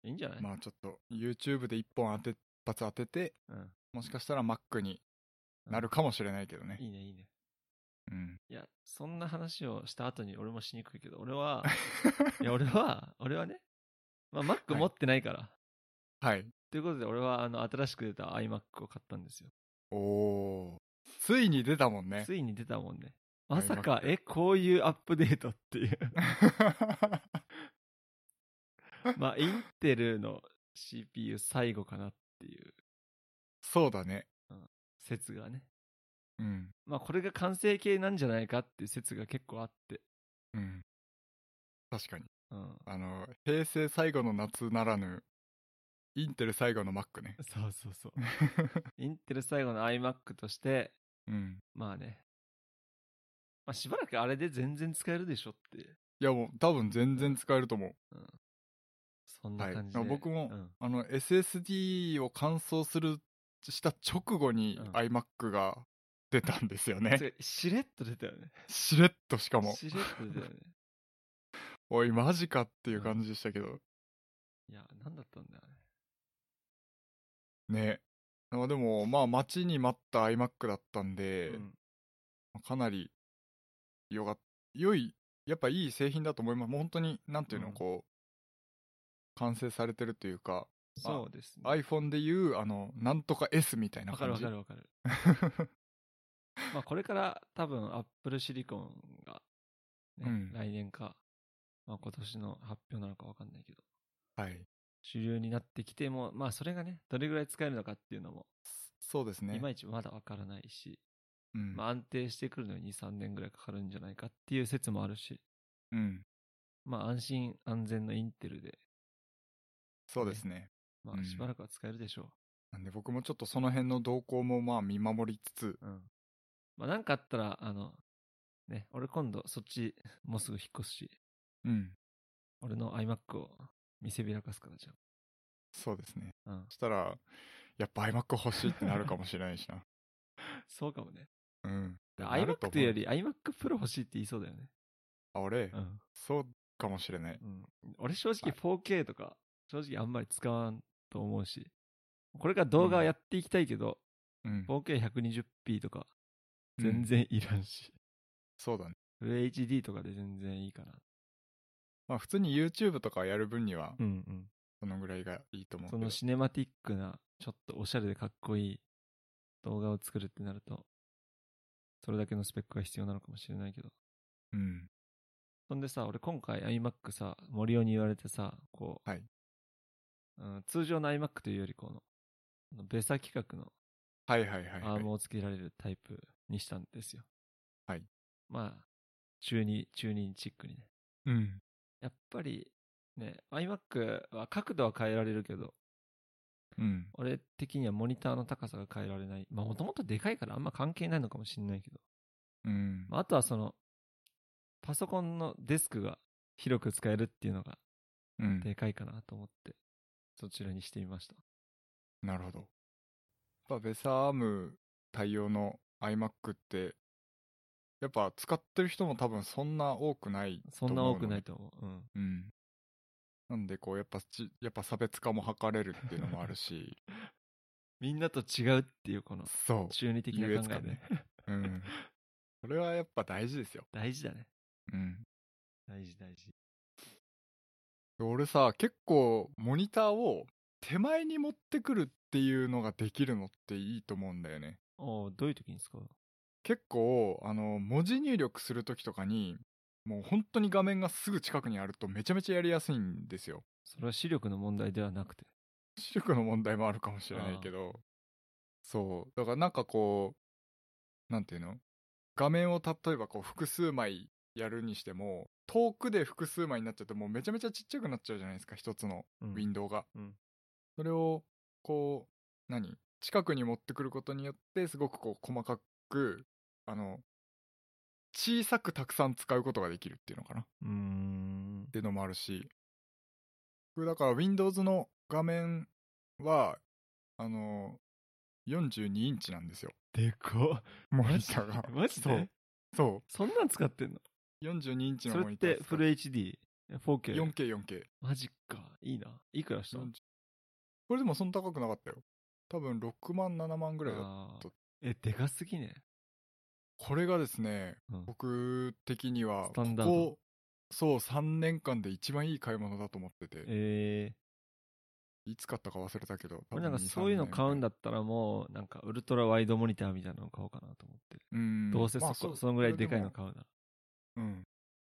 いいんじゃない、
まあちょっと YouTube で一本当て一発当てて
うん、
もしかしたら Mac になるかもしれないけどね
いいね、いいね。
うん
いや、そんな話をした後に俺もしにくいけど、俺 は、いや、俺は、俺はね、まあ、Mac
はい
持ってないから、
はい
ということで、俺は、あの、新しく出た iMac を買ったんですよ。
おおーついに出たもんね
ついに出たもんね。まさ
iMac
か、え、こういうアップデートって いう。まあ、インテルの CPU 最後かなっていう
そうだね
説がね。
うん
まあ、これが完成形なんじゃないかっていう説が結構あって。
うん確かに
うん。
あの平成最後の夏ならぬインテル最後の Mac ね
そうそうそう。インテル最後の iMac として、
うん
まあね。まあ、しばらくあれで全然使えるでしょって。
いやもう多分全然使えると思う
そんな感じで。
はい僕も
うん
あの SSD を乾燥するした直後に
うん
iMac が出たんですよね、
それしれっと出たよね。
しれっとしかも
しれっと出た よね。
おいマジかっていう感じでしたけど、
いや、なんだったんだよね。
ねまあでもまあ待ちに待った iMac だったんで、
うん
かなりよが良いやっぱいい製品だと思いますもう本当になんていうの、
うん
こう完成されてるというか
そうですね。
iPhone でいうあのなんとか S みたいな
わかる
感
わ
じ
かるわかる。まあこれから多分 Apple シリコンが、ね
うん
来年か、まあ、今年の発表なのかわかんないけど、
はい
主流になってきても、まあそれがね、どれぐらい使えるのかっていうのも、
そうですね
いまいちまだわからないし、
うん、
まあ安定してくるのに2、3年ぐらいかかるんじゃないかっていう説もあるし、
うん
まあ安心安全のインテルで、
そうですね
ま
う
あ
ん
しばらくは使えるでしょ
なんで僕もちょっとその辺の動向もまあ見守りつつ
う。うん。まあなんかあったら、あの、ね、俺今度そっちもうすぐ引っ越すし、
うん
俺の iMac を見せびらかすからじ
そうですね
ゃん。うん
そ。したらやっぱ iMac 欲しいってなるかもしれない しな
そうかもね。
うんなる
iMac
と思う
というより iMac Pro 欲しいって言いそうだよね。
あ俺、
うん。
そうかもしれない
うん、俺正直 4K とか、正直あんまり使わんと思うし、これから動画はやっていきたいけど、
うん、
4K120p とか
うん
全然いらんし、
そうだね
FHD とかで全然いいかな。
まあ普通に YouTube とかやる分には
うんうん。
そのぐらいがいいと思うけ
そ
ど、
のシネマティックな、ちょっとおしゃれでかっこいい動画を作るってなると、それだけのスペックが必要なのかもしれないけど、
うん
そんでさ、俺今回 iMac さ、森尾に言われてさ、こう、
はい
うん、通常の iMac というよりこの、あのベサ規格の
はいはいはい、
ア
は
ー
い
ム。をつけられるタイプにしたんですよ。
はい。
まあ、中二、中二チックにね。
うん。
やっぱり、ね、iMac は角度は変えられるけど、
うん。
俺的にはモニターの高さが変えられない。まあ、もともとでかいからあんま関係ないのかもしれないけど。
うん。
まあ、あとはその、パソコンのデスクが広く使えるっていうのが
うん
でかいかなと思って、そちらにしてみました。
なるほど。やっぱベサアーム対応の iMac って、やっぱ使ってる人も多分そんな多くないと
そ
思
ん
う
な
の
多
で
くないと思う。うん。
うん。なんでこう、やっぱち、やっぱ差別化も図れるっていうのもある し、
みんなと違うっていうこの
そ
中二的な考
優越
え
感
ね
ね。う。うん。それはやっぱ大事ですよ。
大事だね。
うん。
大事大事。
俺さ、結構モニターを手前に持ってくるっていうのができるのっていいと思うんだよね。
おうどういう時に使う
結構あの文字入力する時とかにもう本当に画面がすぐ近くにあるとめちゃめちゃやりやすいんですよ
それは視力の問題ではなくて。
視力の問題もあるかもしれないけどそうだからなんかこうなんていうの画面を例えばこう複数枚やるにしても遠くで複数枚になっちゃってもうめちゃめちゃちっちゃくなっちゃうじゃないですか一つの
うん
ウィンドウが、
うん
それをこう何近くに持ってくることによってすごくこう細かくあの小さくたくさん使うことができるっていうのかなっ
うーん。
ていうのもあるしこれだから Windows の画面はあの42インチなんですよ
でか
モニターが
マジ
そう
で
そ
そんなん使ってんの
う42インチ
そ
のモ
れっ
ニター
て
です
フル HD、4K。
4K4K
マジか。いいな。いくらした
40これでもそんな高くなかったよ多分6万7万ぐらいだった
あーえ、でかすぎね。
これがですね
うん
僕的に
ス
は
タ
こ
ンダード
こそう3年間で一番いい買い物だと思ってて
え
いつ買ったか忘れたけど
ー、俺なんかそういうの買うんだったらもう、なんかウルトラワイドモニターみたいなの買おうかなと思ってる。
うん
どうせそこ、
まあ
そうのぐらいでかいの
そ
買うな
れでもうん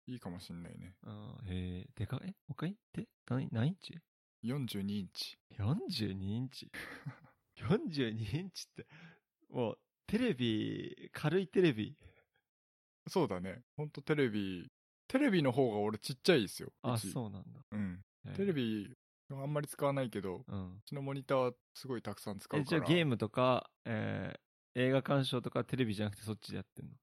いいかもしんないね
ら。うん、えー、でかいえもう一回で何何インチ
42インチ
?42 イン チ ?42 インチって、もう、テレビ、軽いテレビ。
そうだねほんとテレビテレビの方が俺ちっちゃいですよ
あ、
うち
そうなんだ。
うん
えー
テレビあんまり使わないけどう
うん。
ちのモニターはすごいたくさん使うから
え、じゃあゲームとか、えー映画鑑賞とかテレビじゃなくてそっちでやってんの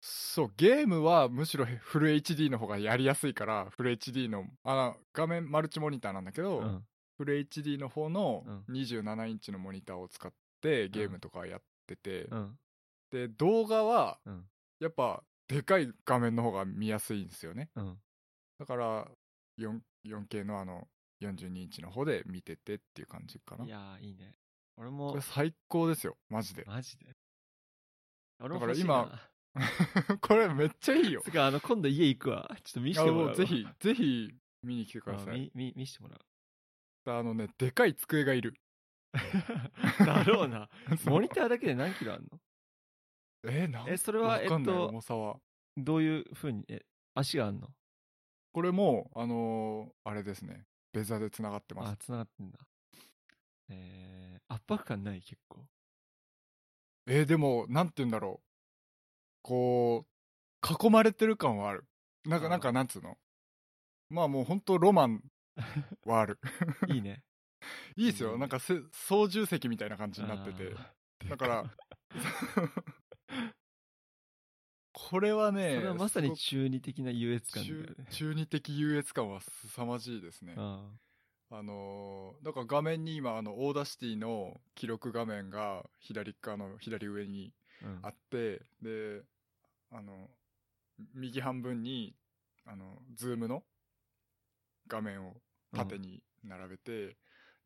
そう、ゲームはむしろフル HD の方がやりやすいから、フル HD の、あ画面マルチモニターなんだけど、
うん。
フル HD の方の
う
27インチのモニターを使ってゲームとかやってて、
うん。
で、動画は
うん
やっぱでかい画面の方が見やすいんですよね。
うん。。
だから、4- 4K のあの、42インチの方で見ててっていう感じかない
やー、いいね。俺
こ
も
れ、最高ですよ、マジで。
マジで。俺も
だから
欲しいな
今、これめっちゃいいよ
つ。うか、あの、今度家行くわ。ちょっと見せても
いや
らうわ。
もうぜひ、ぜひ見に来てくだ
あ。
さい。
みみ見せてもら
あのね、でかい机がいる。
う。だろうな。モニ
ー
ターだけで何キロあるの
え、なん
え、それは、
わ
えっ
かんない、
と、
重さは。
どういう風に、え、足があんの
これも、あのーあれですね。ベザでつながってます
あ、。繋がってんだ。えー、圧迫感ない結 構。
えーでも、なんて言うんだろう。こう、囲まれてる感はある。な
あ
んか、
ー
なんか、なんつうの。まあもう本当ロマンはある。
いいね。
いいですよ。
うん
なんかせ、操縦席みたいな感じになって
あ
て
ー。
だから、 これはね、
それはまさ
す
に
ごく
中二的な優越感だよ
中
ね。
中二的優越感は凄まじいですね。
あ
あのーだから画面に今あのオーダーシティの記録画面が左側の左上に
ーうん
あってであの右半分にあのズームの画面を縦に並べて、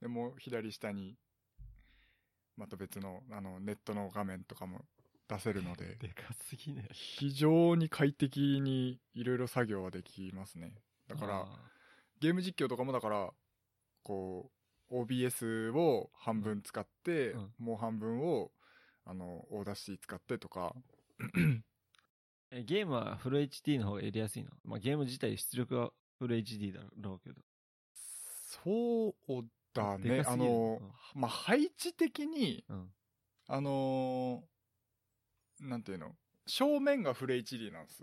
でもう左下にまた別のあのネットの画面とかも出せるので
でかすぎね。
非常に快適にいろいろ作業はできますねだから
あ
ゲーム実況とかもだからこう OBS を半分使って、
うん
もう半分をあのオーダーシティ使ってとか
えゲームはフル HD の方がやりやすいの。まあ、ゲーム自体出力はフル HD だろうけど。
そうだ
で
ね。
か
あ
すぎる
の、まあ、配置的に、
うん。
あのーなんていうの正面がフル HD なんです。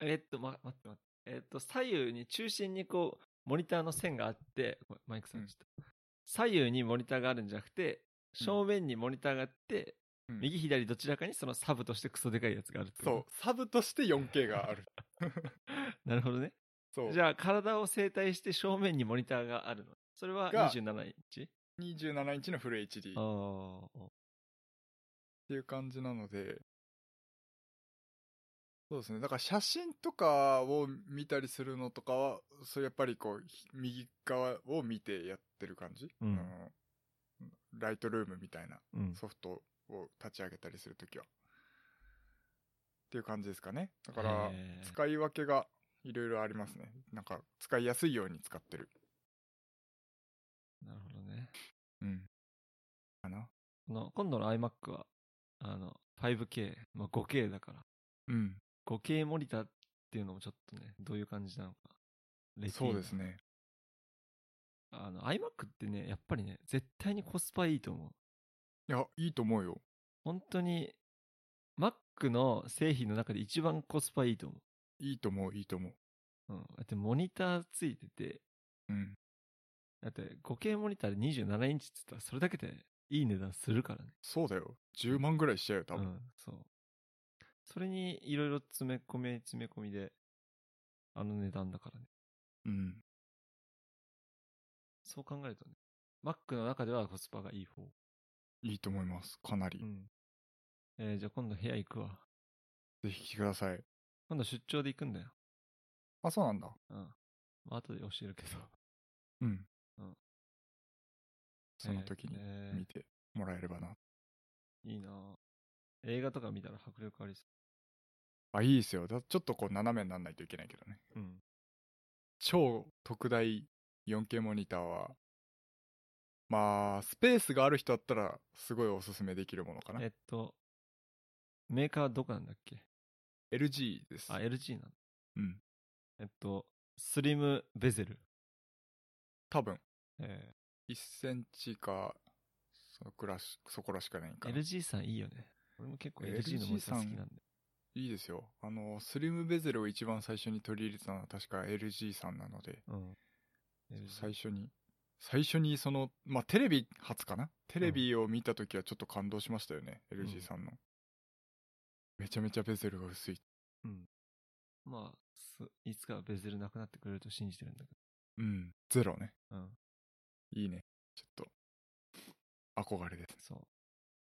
えっと、ま、待って待って。えっと、左右に中心にこう、モニターの線があって、ごめんマイクさん
うん
ちょっと、左右にモニターがあるんじゃなくて、
うん
正面にモニターがあって、
うん
右左どちらかにそのサブとしてクソでかいやつがあるって
そ
こ
う、サブとして 4K がある。
と。 なるほどね。
そう。
じゃあ、体を整体して正面にモニターがあるの。それは
が
27インチ
27インチのフル HD
あ
っ
あ。
ていう感じなので、そうですね。だから写真とかを見たりするのとかは、それやっぱりこう、ひ右側を見てやってる感じ。
うん
あのライトルームみたいな
うん。
ソフトを立ち上げたりするときは。っていう感じですかね。だか
へ
ら、
え
使い分けがいろいろありますね。なんか、使いやすいように使ってる。
なるほどね。
うん。かな
この、今度の iMac は、あの、5K、まあ、5K だから、
うん。
5K モニターっていうのもちょっとね、どういう感じなのか。レティーナ
そうです。ね。
あの、iMac ってね、やっぱりね、絶対にコスパいいと思う。
いや、いいと思うよ。
本当に、Mac の製品の中で一番コスパいいと思
いいと思う、いいと思う。
う。うん。だってモニターついてて、
うん。
だって 5K モニターで27インチって言ったらそれだけでいい値段するからね。
そうだよ。10万ぐらいしちゃうよ、多
う
分。
ん、そう。それにいろいろ詰め込み詰め込みで、あの値段だからね。
うん。
そう考えるとね、Mac の中ではコスパがいい方。
いいと思います。かなり。
うん。えーじゃあ今度部屋行くわ。
ぜひ来てください。
今度出張で行くんだよ。
あ、そうなんだ。
うん。まあ、後で教えるけど。
うん。
うん
その時に
えー
見てもらえればな。
いいなぁ映画とか見たら迫力ありそ
あ、いいですよ。だちょっとこう、斜めにならないといけないけどね。
う。うん。
超特大 4K モニターは、まあ、スペースがある人だったら、すごいおすすめできるものかな
え。っと、メーカーはどこなんだっけ
LG です
あ、。LG なんだ。
うん。
えっと、スリムベゼル。
多分、
え
1センチか、そこらし、そこらしかないん
ー
かな。
LG さんいいよね。俺も結構 LG のモニター好きなんで。
いいですよ。あの、スリムベゼルを一番最初に取り入れたのは確か LG さんなので、
うん。
最初に、最初にその、まあ、テレビ初かなテレビを見た時はちょっと感動しましたよね、
うん
LG さんの。めちゃめちゃベゼルが薄い。
まあ、すいつかはベゼルなくなってくれると信じてるんだけ
うん、ゼロね。
ど。うん。
いいね。ちょっと、憧れです。
そう。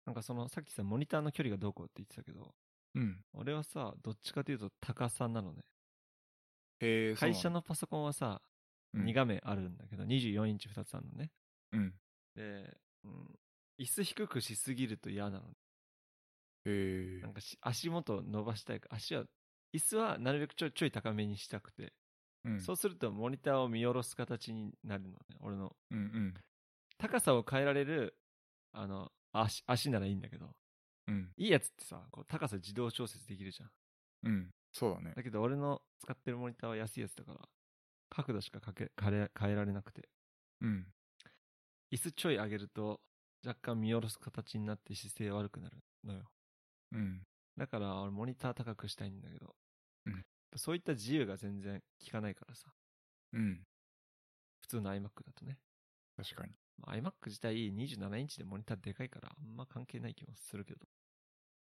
なんかその、さっきさ、モニターの距離がどうこうって言ってたけど、
うん。
俺はさ、どっちかというと高さなのね。
へえ、
会社
の
のパソコンはさ、
うん
2画面あるんだけど、24インチ2つあるのね。
うん。
で、うん、椅子低くしすぎると嫌なの。
へえ
なん。かし足元を伸ばしたいから、足は、椅子はなるべくちょいちょい高めにしたくて、
うん。
そうするとモニターを見下ろす形になるのね、俺の
うんうん。
高さを変えられる、あの、足、足ならいいんだけど、
うん。
いいやつってさ、こう高さ自動調節できるじゃん。
うん。そうだね。
だけど俺の使ってるモニターは安いやつだから、角度しかかけ変え変えられなくて、
うん。
椅子ちょい上げると若干見下ろす形になって姿勢悪くなるのよ。
うん。
だから俺モニター高くしたいんだけど、
うん
やっぱそういった自由が全然効かないからさ、
うん。
普通の iMac だとね。
確かに。
まあ iMac 自体27インチでモニターでかいから、あんま関係ない気もするけど。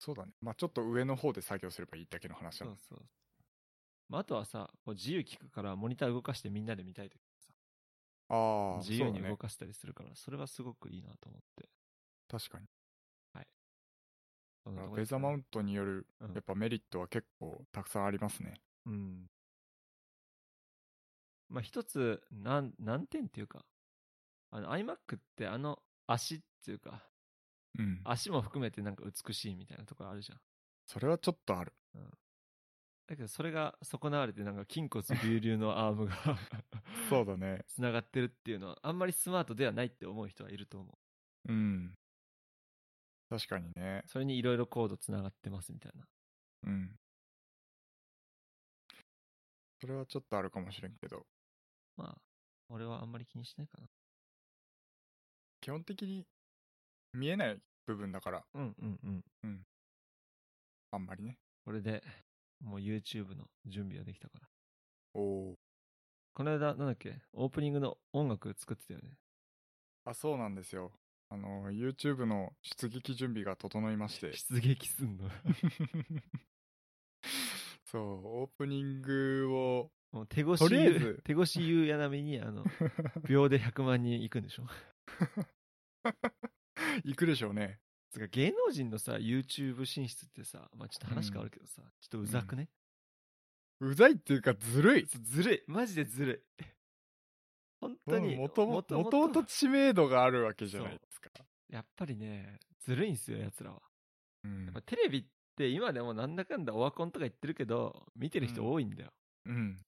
そうだね。まあちょっと上の方で作業すればいいだけの話だ
そ
もん
うそう。まあ、あとはさ、こう自由聞くからモニター動かしてみんなで見たいときさ、
ああ、
自由
そう
に
だ
動
ね。
かしたりするから、それはすごくいいなと思って。
確かに。
そんなとこ
レ
です
ザ
か
ー
ね
マウントによる
うん、
やっぱメリットは結構たくさんありますね。
うん。まあ、一つ、なん、難点っていうか、あの、iMac ってあの足っていうか、
うん。
足も含めてなんか美しいみたいなところあるじゃん。
それはちょっとある。
だけど、それが損なわれて、なんか筋骨隆々のアー ムが
そうだね。
繋がってるっていうのは、あんまりスマートではないって思う人はいると思う。
うん。確かにね。
それにいろいろコード繋がってますみたいな。
うん。それはちょっとあるかもしれんけど、
まあ、俺はあんまり気にしないかな。
基本的に見えない部分だから、
うんうんうん。
あんまりね。
これで、もう YouTube の準備はできたから。
おお。
この間、なんだっけ、オープニングの音楽作ってたよね。
あ、そうなんですよ。あの、YouTube の出撃準備が整いまして。
出撃すんの。
そう、オープニングを、
もう手越し
とりあえず
優、手越し優也並みに、あの、秒で100万人いくんでしょ。
行くでしょうね。
つうか芸能人のさ、YouTube 進出ってさ、まあちょっと話変わるけどさ、ちょっとうざくね、
うざいっていうかずるい。
そうずるいマジでずるい 本当に
もともと、もともと知名度があるわけじゃないですか。
やっぱりねずるいんすよやつらは
うん
やっぱテレビって今でもなんだかんだオワコンとか言ってるけど見てる
う
人
ん
多いんだよ、
うん。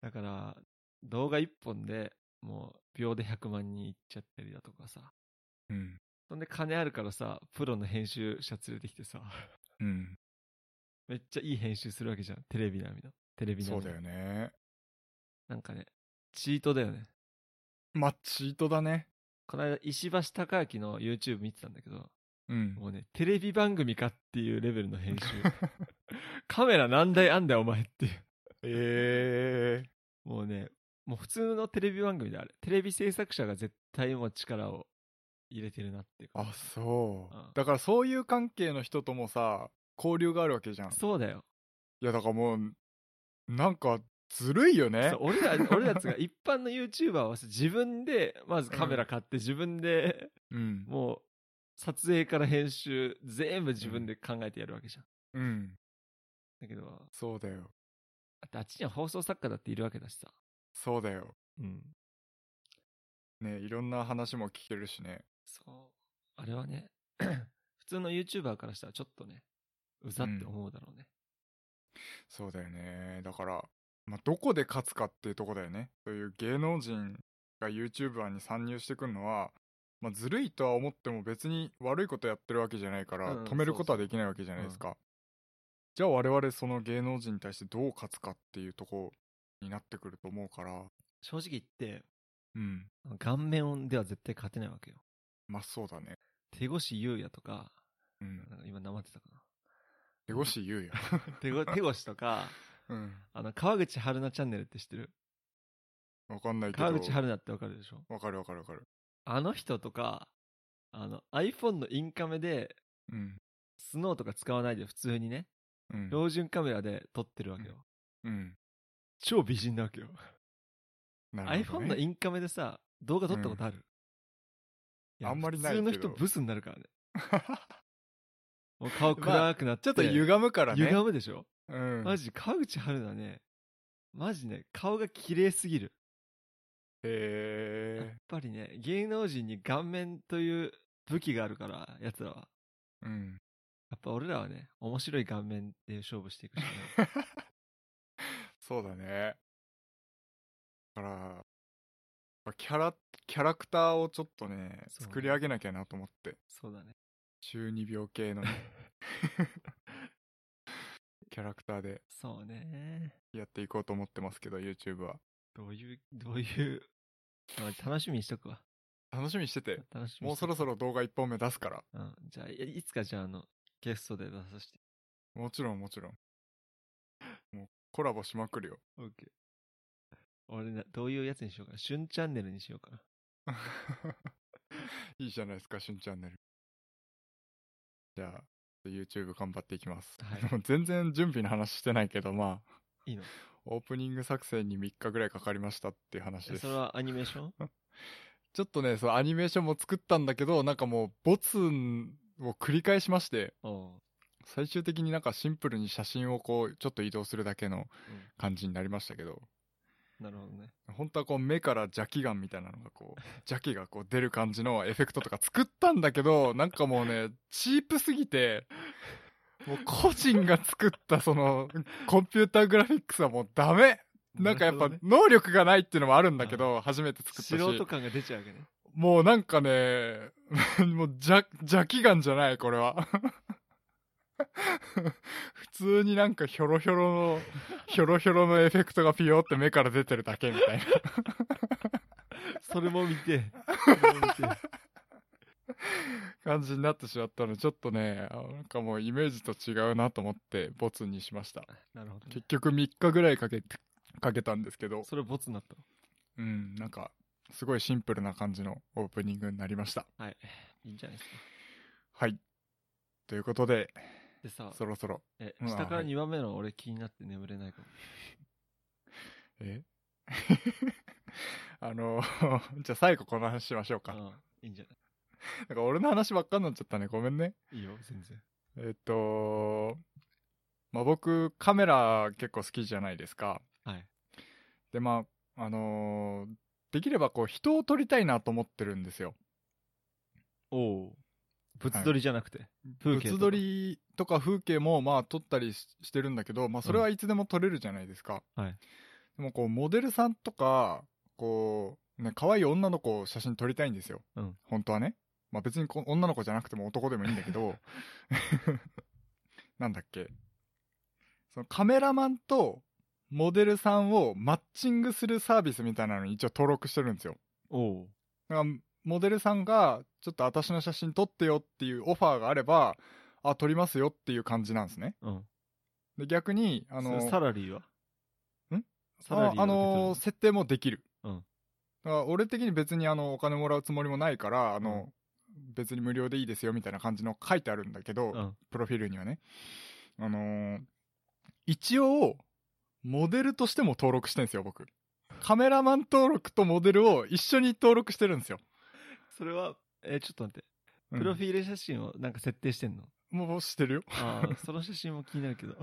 だから動画1本でもう秒で100万人いっちゃったりだとかさ
うん。
そんで金あるからさプロの編集者連れてきてさ
うん。
めっちゃいい編集するわけじゃんテレビ並みのテレビ並み
そ
の
うだよね。
なんかねチートだよね
まあ、チートだね。
この間石橋貴明の YouTube 見てたんだけど、
うん。
もうね、テレビ番組かっていうレベルの編集。 カメラ何台あんだよ、お前っていう。
ええ
もうね、もう普通のテレビ番組であれ。テレビ制作者が絶対もう力を入れてるなっていう
あ、そう
うん。
だからそういう関係の人ともさ、交流があるわけじゃん。
そうだよ。
いや、だからもう、なんか、ずるいよね
そう。俺ら、俺らつうか、一般の YouTuber はさ自分で、まずカメラ買って自分で、
うん。
もう、撮影から編集、全部自分で考えてやるわけじゃん。
うん。
だけど、
そうだよ。
だってあっちには放送作家だっているわけだしさ。
そうだよ。
うん。
ね、いろんな話も聞けるしね。
そう。あれはね、 普通の YouTuber からしたらちょっとね、うざって思うだろうね。
そうだよね。だから、まあ、どこで勝つかっていうとこだよね。そういう芸能人が YouTuber に参入してくるのは、まあ、ずるいとは思っても別に悪いことやってるわけじゃないから、
うん
止めることはできないわけじゃないですか。じゃあ我々その芸能人に対してどう勝つかっていうとこになってくると思うから、
正直言って、
うん。
顔面では絶対勝てないわけよ。
まあそうだね。
手越優也とか、
うん。
なんか今生ってたか
手越優也。
な。手ご手越とか、
うん。
あの、川口春奈チャンネルって知ってる
わかんないけど。
川口春奈ってわかるでしょ
わかるわかるわかる。
あの人とか、あの、iPhone のインカメで、
うん。
スノーとか使わないで普通にね、
うん。
標準カメラで撮ってるわけよ。
うん。
超美人なわけよ。
なるほ
iPhone
どね、
の インカメでさ、動画撮ったことある、や
あんまりないけど
普通の人ブスになるからね。もう 顔暗くなって。
ちょっと歪むからね。
歪むでしょ、
うん。
マジ、川口春奈ね、マジね、顔が綺麗すぎる。やっ
へ
ぱりね、芸能人に顔面という武器があるから、奴らは。
え。うん。
やっぱ俺らはね、面白い顔面で勝負していくしかない。
そうだね。だから、やっぱキャラ、キャラクターをちょっとね、
そう
作り上げなきゃなと思って。
そうだね。
中二病 系のね。キャラクターで
そうね。
やっていこうと思ってますけど、YouTube は。
どういう、どういう、まあ楽しみにしとくわ。
楽しみにしてて。
楽しみ
も
に
う
しと
そ
く
ろそろ動画1本目出すから。
うん。じゃあ、いいつかじゃあ、あの、ゲストで出させて。
もちろんもちろん。もうコラボしまくるよ。
オッケー。俺な、どういうやつにしようかな。旬チャンネルにしようかな。
いいじゃないですか、しゅんチャンネル。じゃあ、YouTube 頑張っていきます。
はい
でも全然準備の話してないけど、まあ、
いいの
オープニング作成に3日ぐらいかかりましたっていう話
え
です。
それはアニメーショ ン
ちょっとね、そのアニメーションも作ったんだけど、なんかもう、ボツを繰り返しまして、
おう
最終的になんかシンプルに写真をこう、ちょっと移動するだけの
うん
感じになりましたけど、
なるほどね。
本当はこう目から邪気眼みたいなのがこう、 邪気がこう出る感じのエフェクトとか作ったんだけど、なんかもうね、チープすぎて、もう個人が作ったそのコンピューターグラフィックスはもうダメなんかやっ
な
ぱ
るほどね
能力がないっていうのもあるんだけど、初めて作った
素人
し、
感が出ちゃうわけね。
もうなんかね、 もう邪邪気眼じゃない、これは。普通になんかヒョロヒョロの、ヒョロヒョロのエフェクトがピヨって目から出てるだけみたいな。
それも見て。それも見 て
感じになってしまったのでちょっとねあなんかもうイメージと違うなと思ってボツにしました
なるほどね、
結局3日ぐらいかけてかけたんですけど
それボツになった。
うんなんかすごいシンプルな感じのオープニングになりました
はい。いいんじゃないですか。
はいということで
でさ、
そろそろ
え
うん
下か
は
ら
い
2番目の俺気になって眠れないかも。
えあのじゃあ最後この話しましょうかなん
うん、いいんじゃな
か俺の話ばっかになっちゃったねごめんね
いいいよ、全然。
えっとまあ僕カメラ結構好きじゃないですか
はい。
でまああのーできればこう人を撮りたいなと思ってるんですよ。
おお。物撮りじゃなくて、風景と
物
か
撮りとか風景もまあ撮ったりししてるんだけど、まあ、それはいつでも撮れるじゃないですか。
はい
でもこうモデルさんとかこう、ね、可愛い女の子を写真撮りたいんですよ、
うん
本当はね。まあ、別にこう女の子じゃなくても男でもいいんだ けどなんだっけそのカメラマンとモデルさんをマッチングするサービスみたいなのに一応登録してるんですよ。
おお。
だからモデルさんがちょっと私の写真撮ってよっていうオファーがあればあ撮りますよっていう感じなんですね
うん。
で逆にあ
あ
の
のサラリーは
ん
サラリーは
ああの設定もできる、
うん
だから俺的に別にあのお金もらうつもりもないからあの、別に無料でいいですよみたいな感じの書いてあるんだけど、
うん。
プロフィールにはねあのー一応モデルとしても登録してるんですよ僕カメラマン登録とモデルを一緒に登録してるんですよ、
それは、えーちょっと待って。
うん
プロフィール写真をなんか設定 してんの、
もうしてるよ
ああ、その写真も気になる けど。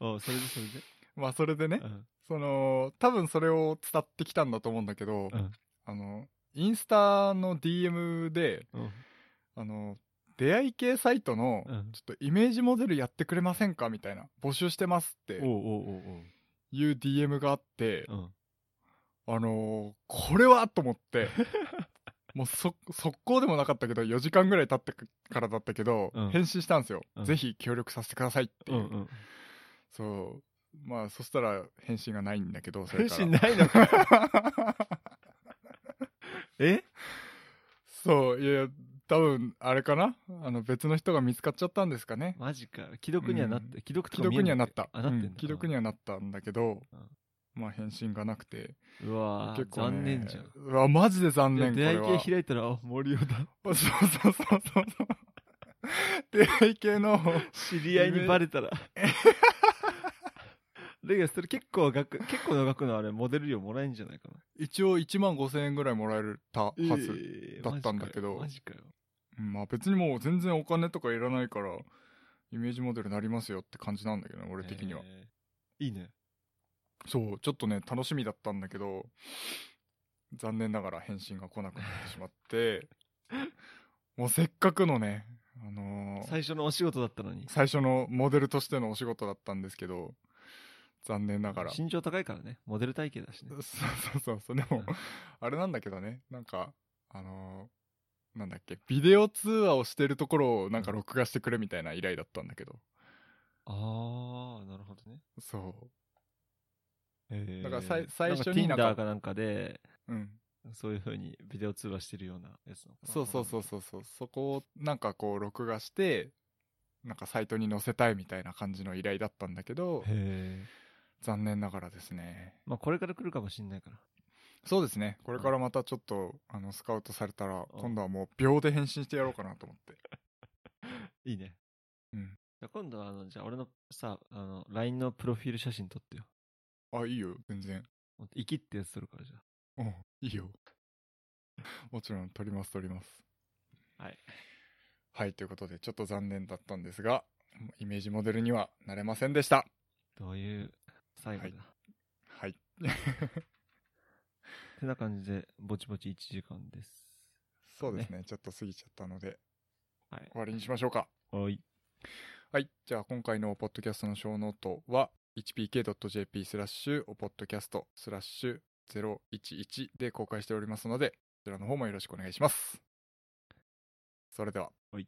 おうそれでそれで。
まあそれでね
う、ん。
その多分それを伝ってきたんだと思うんだけど、
うん
あのインスタの DM で
うん。
あの出会い系サイトの、
うん
ちょっとイメージモデルやってくれませんかみたいな募集してますって
おうおうお
いう DM があって
うおう。うん。
あのーこれはと思って もうそ速攻でもなかったけど4時間ぐらい経ってからだったけど、
うん
返信したんですよ、
うん
ぜひ協力させてくださいっていう、
うんうん。
そうまあそしたら返信がないんだけどそれ
返
から
信ないのか。 え
そう、いやいや、多分あれかなあの、別の人が見つかっちゃったんですかね。
マジか。既読にはなって、既読と
既
か見え
読にはなっ
い
た。
あ、なってんだ
うん。既読にはなったんだけど、
うん
まあ返信がなくて。
うわー、残念じゃん。
ん。うわ、マジで残
いや
念、こ
出
れ
会い
は。
系開いたら、あ、森尾 だ。
そうそうそうそうそう。出会い系の、
知り合いにバレたら。レギュラーそれ結構額、結構の額のあれ、モデル料もらえんじゃないかな。
一応1万5千円ぐらいもらえたはず。
えー
だったんだけど
マジかよ。
うんまあ別にもう全然お金とかいらないから、イメージモデルになりますよって感じなんだけどね、
マ
俺
ジかよ
的には。。
えーいいね。
そう、ちょっとね、楽しみだったんだけど、残念ながら返信が来なくなってしま って、もうせっかくのね、あのー
最初のお仕事だったのに。
最初のモデルとしてのお仕事だったんですけど、残念ながら。そう
身長高いからね。モデル体型だしね。
そうそうそう、で
う
も
ん、
あれなんだけどね、なんか、あのーなんだっけ、ビデオ通話をしてるところをなんか録画してくれみたいな依頼だったんだけど、
あー、なるほどね。
そ
えー
だからさい最初に
な
なん
か Tinder
んか
かなんかで、
う、うん、
そういう風にビデオ通話してるようなやつなのかな
そうそうそうそうそうそこをなんかこう録画してなんかサイトに載せたいみたいな感じの依頼だったんだけど
へえ。
残念ながらですね
まあこれから来るかもしんないから。
そうですねこれからまたちょっとあのスカウトされたら
うん
今度はもう秒で返信してやろうかなと思って
いいね。
うん
じゃあ今度はあの、じゃあ俺のさ、あの、LINE のプロフィール写真撮ってよ。
あいいよ全然
生きってやつ撮るからじゃ
うんいいよ もちろん撮ります撮ります
あ。はい。
はいということでちょっと残念だったんですがイメージモデルにはなれませんでした
どういう最後だ。
はいはい
てな感じで、ぼちぼち1時間です。
そうですねちょっと過ぎちゃったので
はい。
終わりにしましょうか
おい。
はい。じゃあ、今回のポッドキャストの小ノートは、hpk.jp スラッシュ、おポッドキャストスラッシュ011で公開しておりますので、こちらの方もよろしくお願いします。それでは。
はい